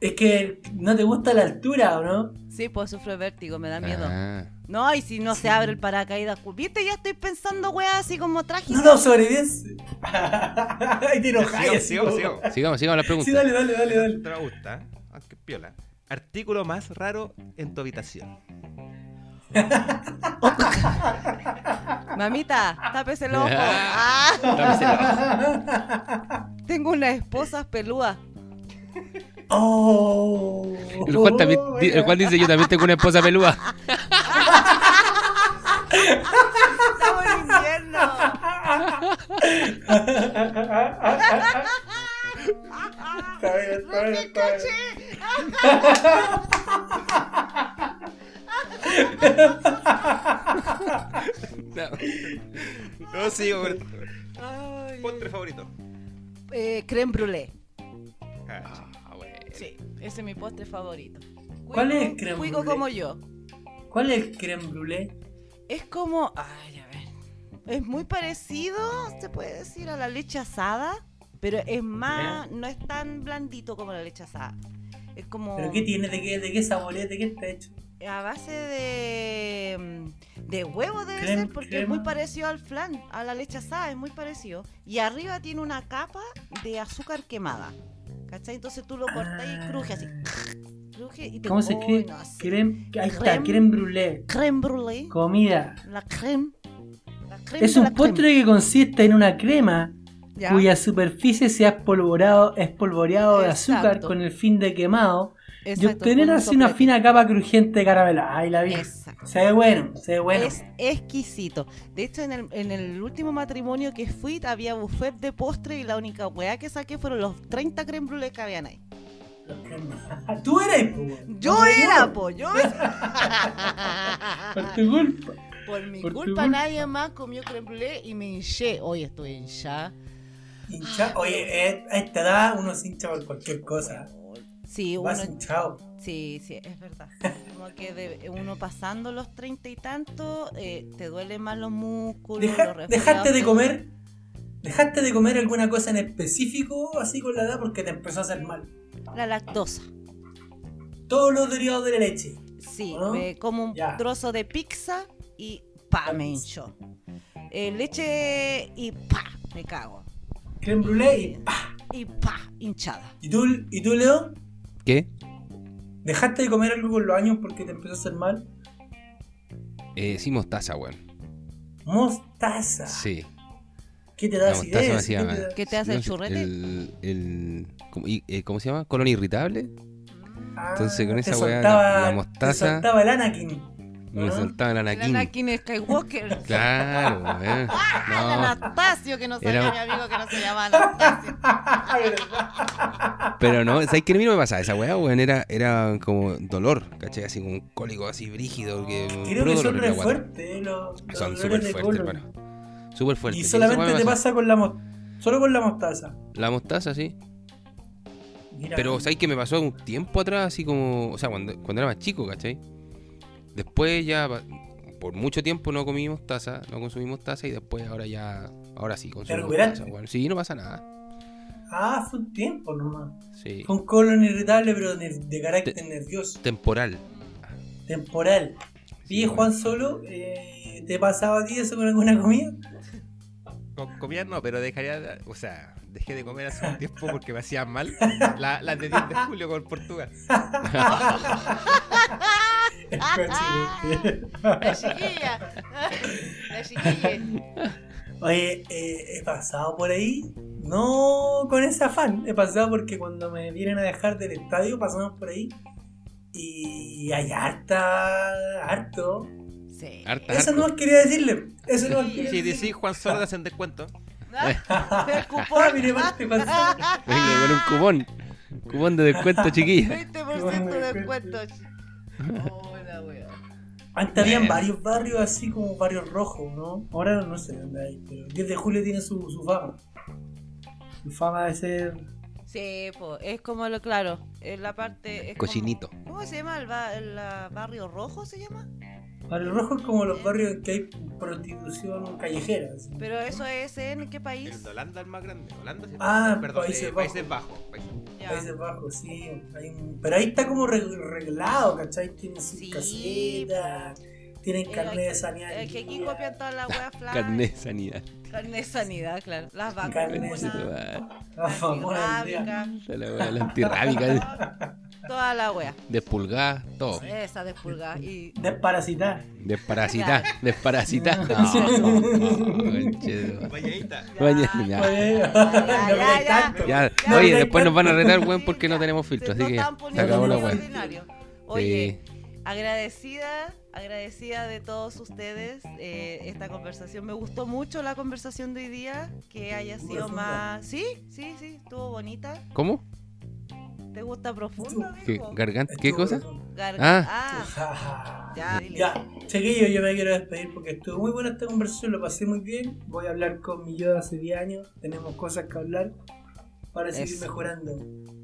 S4: es que no te gusta la altura, ¿o no?
S2: Sí, pues sufro vértigo, me da miedo.
S3: Ah,
S2: No, y si no se abre el paracaídas, cu- viste, ya estoy pensando, weá, así como trágico.
S4: No, no, sobrevives. Ahí te enojas.
S5: Sigo, sigo, sigo.
S3: sigamos, sigamos las
S4: Sí,
S3: preguntas.
S4: dale, dale, dale, dale.
S5: Te va a gustar, ¿eh? aunque piola. Artículo más raro en tu habitación.
S2: Mamita, tápese el ojo.
S3: Ah.
S2: Ah,
S3: Tápese el ojo.
S2: tengo unas esposas pelúas.
S4: Oh.
S3: El Juan, también, di- el Juan dice, yo también tengo una esposa pelúa.
S2: Estamos en invierno.
S4: Está bien, está bien, está bien.
S3: No.
S5: No sigo con esto.
S2: Ay.
S5: Postre favorito.
S2: Eh, creme brûlée.
S5: Ah,
S3: Ah, bueno.
S2: Sí, ese es mi postre favorito.
S4: ¿Cuál
S2: Cuico-
S4: es creme
S2: Cuico
S4: brûlée?
S2: como yo.
S4: ¿Cuál es el creme brulee?
S2: Es como. Ay, a ver. Es muy parecido, se puede decir, a la leche asada, pero es más. No es tan blandito como la leche asada. Es como.
S4: ¿Pero qué tiene? ¿De qué, de qué sabor es? ¿De qué está hecho?
S2: A base de. mm, de huevo debe
S4: Crema-
S2: ser, porque es
S4: crema.
S2: muy parecido al flan, a la leche asada, es muy parecido. Y arriba tiene una capa de azúcar quemada. ¿Cachai? Entonces tú lo cortas y cruje así. Cruje y te
S4: Ah, ¿Cómo se
S2: Uy,
S4: escribe?
S2: no sé.
S4: Creme. Ahí está,
S2: Creme.
S4: creme brulee.
S2: Creme brûlée.
S4: Comida.
S2: La creme. La creme
S4: Es
S2: de la
S4: un
S2: creme.
S4: postre que consiste en una crema
S2: Ya.
S4: cuya superficie se ha espolvoreado, espolvoreado de
S2: Exacto.
S4: azúcar con el fin de quemado y
S2: Exacto,
S4: obtener
S2: con un
S4: así una
S2: soplete.
S4: fina capa crujiente de caramelo. Ay, la vi.
S2: Exacto.
S4: Se ve bueno, se ve bueno.
S2: Es exquisito. De hecho, en el, en el último matrimonio que fui, había buffet de postre y la única weá que saqué fueron los 30 creme brulee que habían ahí.
S4: Ah, Tú eres, po, weón.
S2: Yo
S4: Por
S2: era,
S4: favor,
S2: po, yo
S4: Por
S2: era.
S4: tu culpa.
S2: Por mi
S4: por tu
S2: culpa,
S4: culpa.
S2: nadie más comió creme brulee y me hinché. Hoy estoy hinchada.
S4: Hincha- Oye, eh, a esta edad uno se hincha por cualquier cosa.
S2: Sí, uno,
S4: Vas hinchado.
S2: sí, sí, es verdad. Como que de- uno pasando los 30 y tanto, eh, te duelen más los músculos.
S4: Deja-
S2: los resfriados
S4: ¿Dejaste de
S2: te-
S4: comer? ¿Dejaste de comer alguna cosa en específico así con la edad porque te empezó a hacer mal?
S2: La lactosa.
S4: Todos los derivados de la leche.
S2: Sí,
S4: ¿No?
S2: me como un
S4: Ya.
S2: trozo de pizza y pa, me hincho. Eh, leche y pa, me cago.
S4: Creme brulee y ¡pa!
S2: Y pa, hinchada.
S4: ¿Y tú, ¿Y tú, Leo?
S3: ¿Qué?
S4: ¿Dejaste de comer algo con los años porque te empezó a hacer mal?
S3: Eh, sí, mostaza, weón.
S4: Mostaza.
S3: Sí.
S4: ¿Qué te
S3: La
S4: da
S3: mostaza me
S4: acidez?
S3: hacía
S4: ¿Qué
S3: mal.
S4: te da-
S2: ¿Qué te hace el
S3: No sé,
S2: churrete?
S3: El, el- ¿cómo, y- eh, ¿cómo se llama? ¿Colon irritable? Entonces, con
S4: Ah, te
S3: esa weá, la-
S4: soltaba-
S3: la mostaza-
S4: Te soltaba el Anakin.
S3: Me
S4: Ah.
S3: saltaba la anaquín.
S2: El Anakin Skywalker.
S3: Claro, weón.
S2: El
S3: No,
S2: Anastasio, que no sabía
S3: Era-
S2: mi amigo que no se llamaba Anastasio.
S3: pero no, ¿sabes qué? A mí no me pasaba esa weá, weón. Era, era como dolor, ¿cachai? Así como un cólico así brígido. Que,
S4: Creo
S3: puro
S4: que
S3: dolor
S4: son
S3: en
S4: re
S3: la guata.
S4: fuertes los, los
S3: Son
S4: dolores
S3: súper
S4: de
S3: fuertes,
S4: colon.
S3: hermano. Súper fuertes.
S4: Y
S3: esa
S4: solamente
S3: weá me
S4: te
S3: pasaba.
S4: pasa con la mostaza. Solo con la mostaza.
S3: La mostaza, sí.
S4: Mira,
S3: Pero ¿sabes que me pasó un tiempo atrás? Así como, o sea, cuando, cuando era más chico, ¿cachai? Después ya, pa- por mucho tiempo no comí mostaza, no consumí mostaza y después ahora ya, ahora sí consumo
S4: recuperaste?
S3: mostaza, weón. Sí, no pasa nada.
S4: Ah, fue un tiempo nomás.
S3: Sí.
S4: Fue un colon irritable, pero de, de carácter nervioso.
S3: Temporal.
S4: Temporal.
S3: Sí,
S4: Y
S3: weón.
S4: Juan Solo, eh, ¿te pasaba a ti eso con alguna comida?
S5: Con comida no, pero dejaría, o sea, dejé de comer hace un tiempo porque me hacían mal la- las de 10 de julio con Portugal.
S2: La chiquilla. La chiquilla.
S4: Oye, eh, he pasado por ahí, no con ese afán, he pasado porque cuando me vienen a dejar del estadio pasamos por ahí y hay harta, harto.
S2: Sí.
S3: Harta.
S4: Eso
S3: harto.
S4: no quería decirle, eso no quería
S5: Si
S4: decirle.
S5: decís Juan Solo te hacen descuento.
S2: El
S4: Ah,
S2: cupón.
S4: mire, parte, pasó.
S3: Venga, con un cupón. Cupón de descuento, chiquilla.
S2: 20% de descuento. Hola, weón.
S4: Antes habían
S3: Bueno.
S4: varios barrios así como barrios rojos, ¿no? Ahora no sé dónde hay, pero el 10 de julio tiene su, su fama. Su fama de ser
S2: Sí, po, es como lo claro. Es la parte. es como-
S3: Cochinito.
S2: ¿Cómo se llama? ¿El, ba- el, ah, barrio rojo se llama?
S4: Barrio rojo es como los barrios en que hay prostitución callejera. así.
S2: Pero eso es en qué
S5: El
S2: país?
S5: de Holanda es más grande. Holanda sí.
S4: Ah,
S5: perdón,
S4: Países
S5: eh, Países Bajos. Países Bajos.
S2: Ya.
S4: Países Bajos, sí. hay un- Pero ahí está como reg- reglado, ¿cachai? Tienen sus
S2: Sí,
S4: casetas, tienen
S2: Eh,
S4: carnet de
S2: que-
S4: sanidad.
S2: eh, que aquí copian todas las weas flash.
S3: Carnet de sanidad.
S2: Carnet de sanidad, claro. Las
S4: Carnet de
S2: vacunas.
S4: sanidad. La famosa aldea.
S2: Antirrábica.
S3: Está La, weá, la antirrábica,
S2: Toda la wea.
S3: despulgada, todo.
S2: Esa de pulgar. Y
S4: Desparasitar.
S3: Desparasitar, desparasitar. No, no, no, conchetumare.
S5: Valladita.
S3: Mañana, ya.
S4: Oye, no me
S2: ya, ya.
S4: tanto.
S3: Ya,
S4: No, no
S3: oye,
S4: hay
S3: después nos van a retar, weón,
S2: Sí,
S3: porque no
S2: ya.
S3: tenemos filtro,
S2: se,
S3: así que
S2: no están
S3: ya, se
S2: poniendo
S3: acabó la Eh,
S2: nada
S3: weón.
S2: ordinario. Oye, agradecida, agradecida de todos ustedes eh, esta conversación. Me gustó mucho la conversación de hoy día, que haya
S4: Muy
S2: sido
S4: profunda.
S2: más... Sí, sí, sí, estuvo bonita.
S3: ¿Cómo?
S2: ¿Te gusta profundo,
S3: ¿Qué,
S2: amigo?
S3: garganta? ¿Qué cosa?
S2: Gar-
S3: Ah.
S2: ah, ya, dile.
S4: Ya, chiquillos, yo me quiero despedir porque estuvo muy buena esta conversación, lo pasé muy bien. Voy a hablar con mi yo de hace 10 años, tenemos cosas que hablar para seguir
S2: Eso.
S4: mejorando.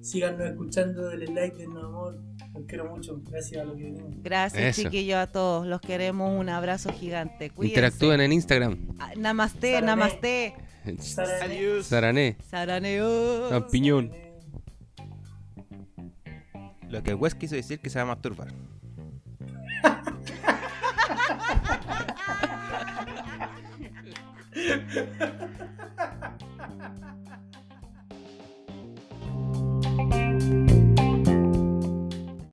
S4: Síganos escuchando, denle like, dennos amor. Los quiero mucho, gracias a lo que venimos.
S2: Gracias,
S3: Eso.
S2: chiquillos, a todos. Los queremos. Un abrazo gigante. Cuídense.
S3: Interactúen en Instagram.
S2: Ah, Namaste,
S4: Sarané.
S2: namaste.
S4: Sara,
S5: Adiós.
S3: Sarané,
S2: Saraneo.
S3: champiñón.
S5: Lo que Wes quiso decir que se va a masturbar.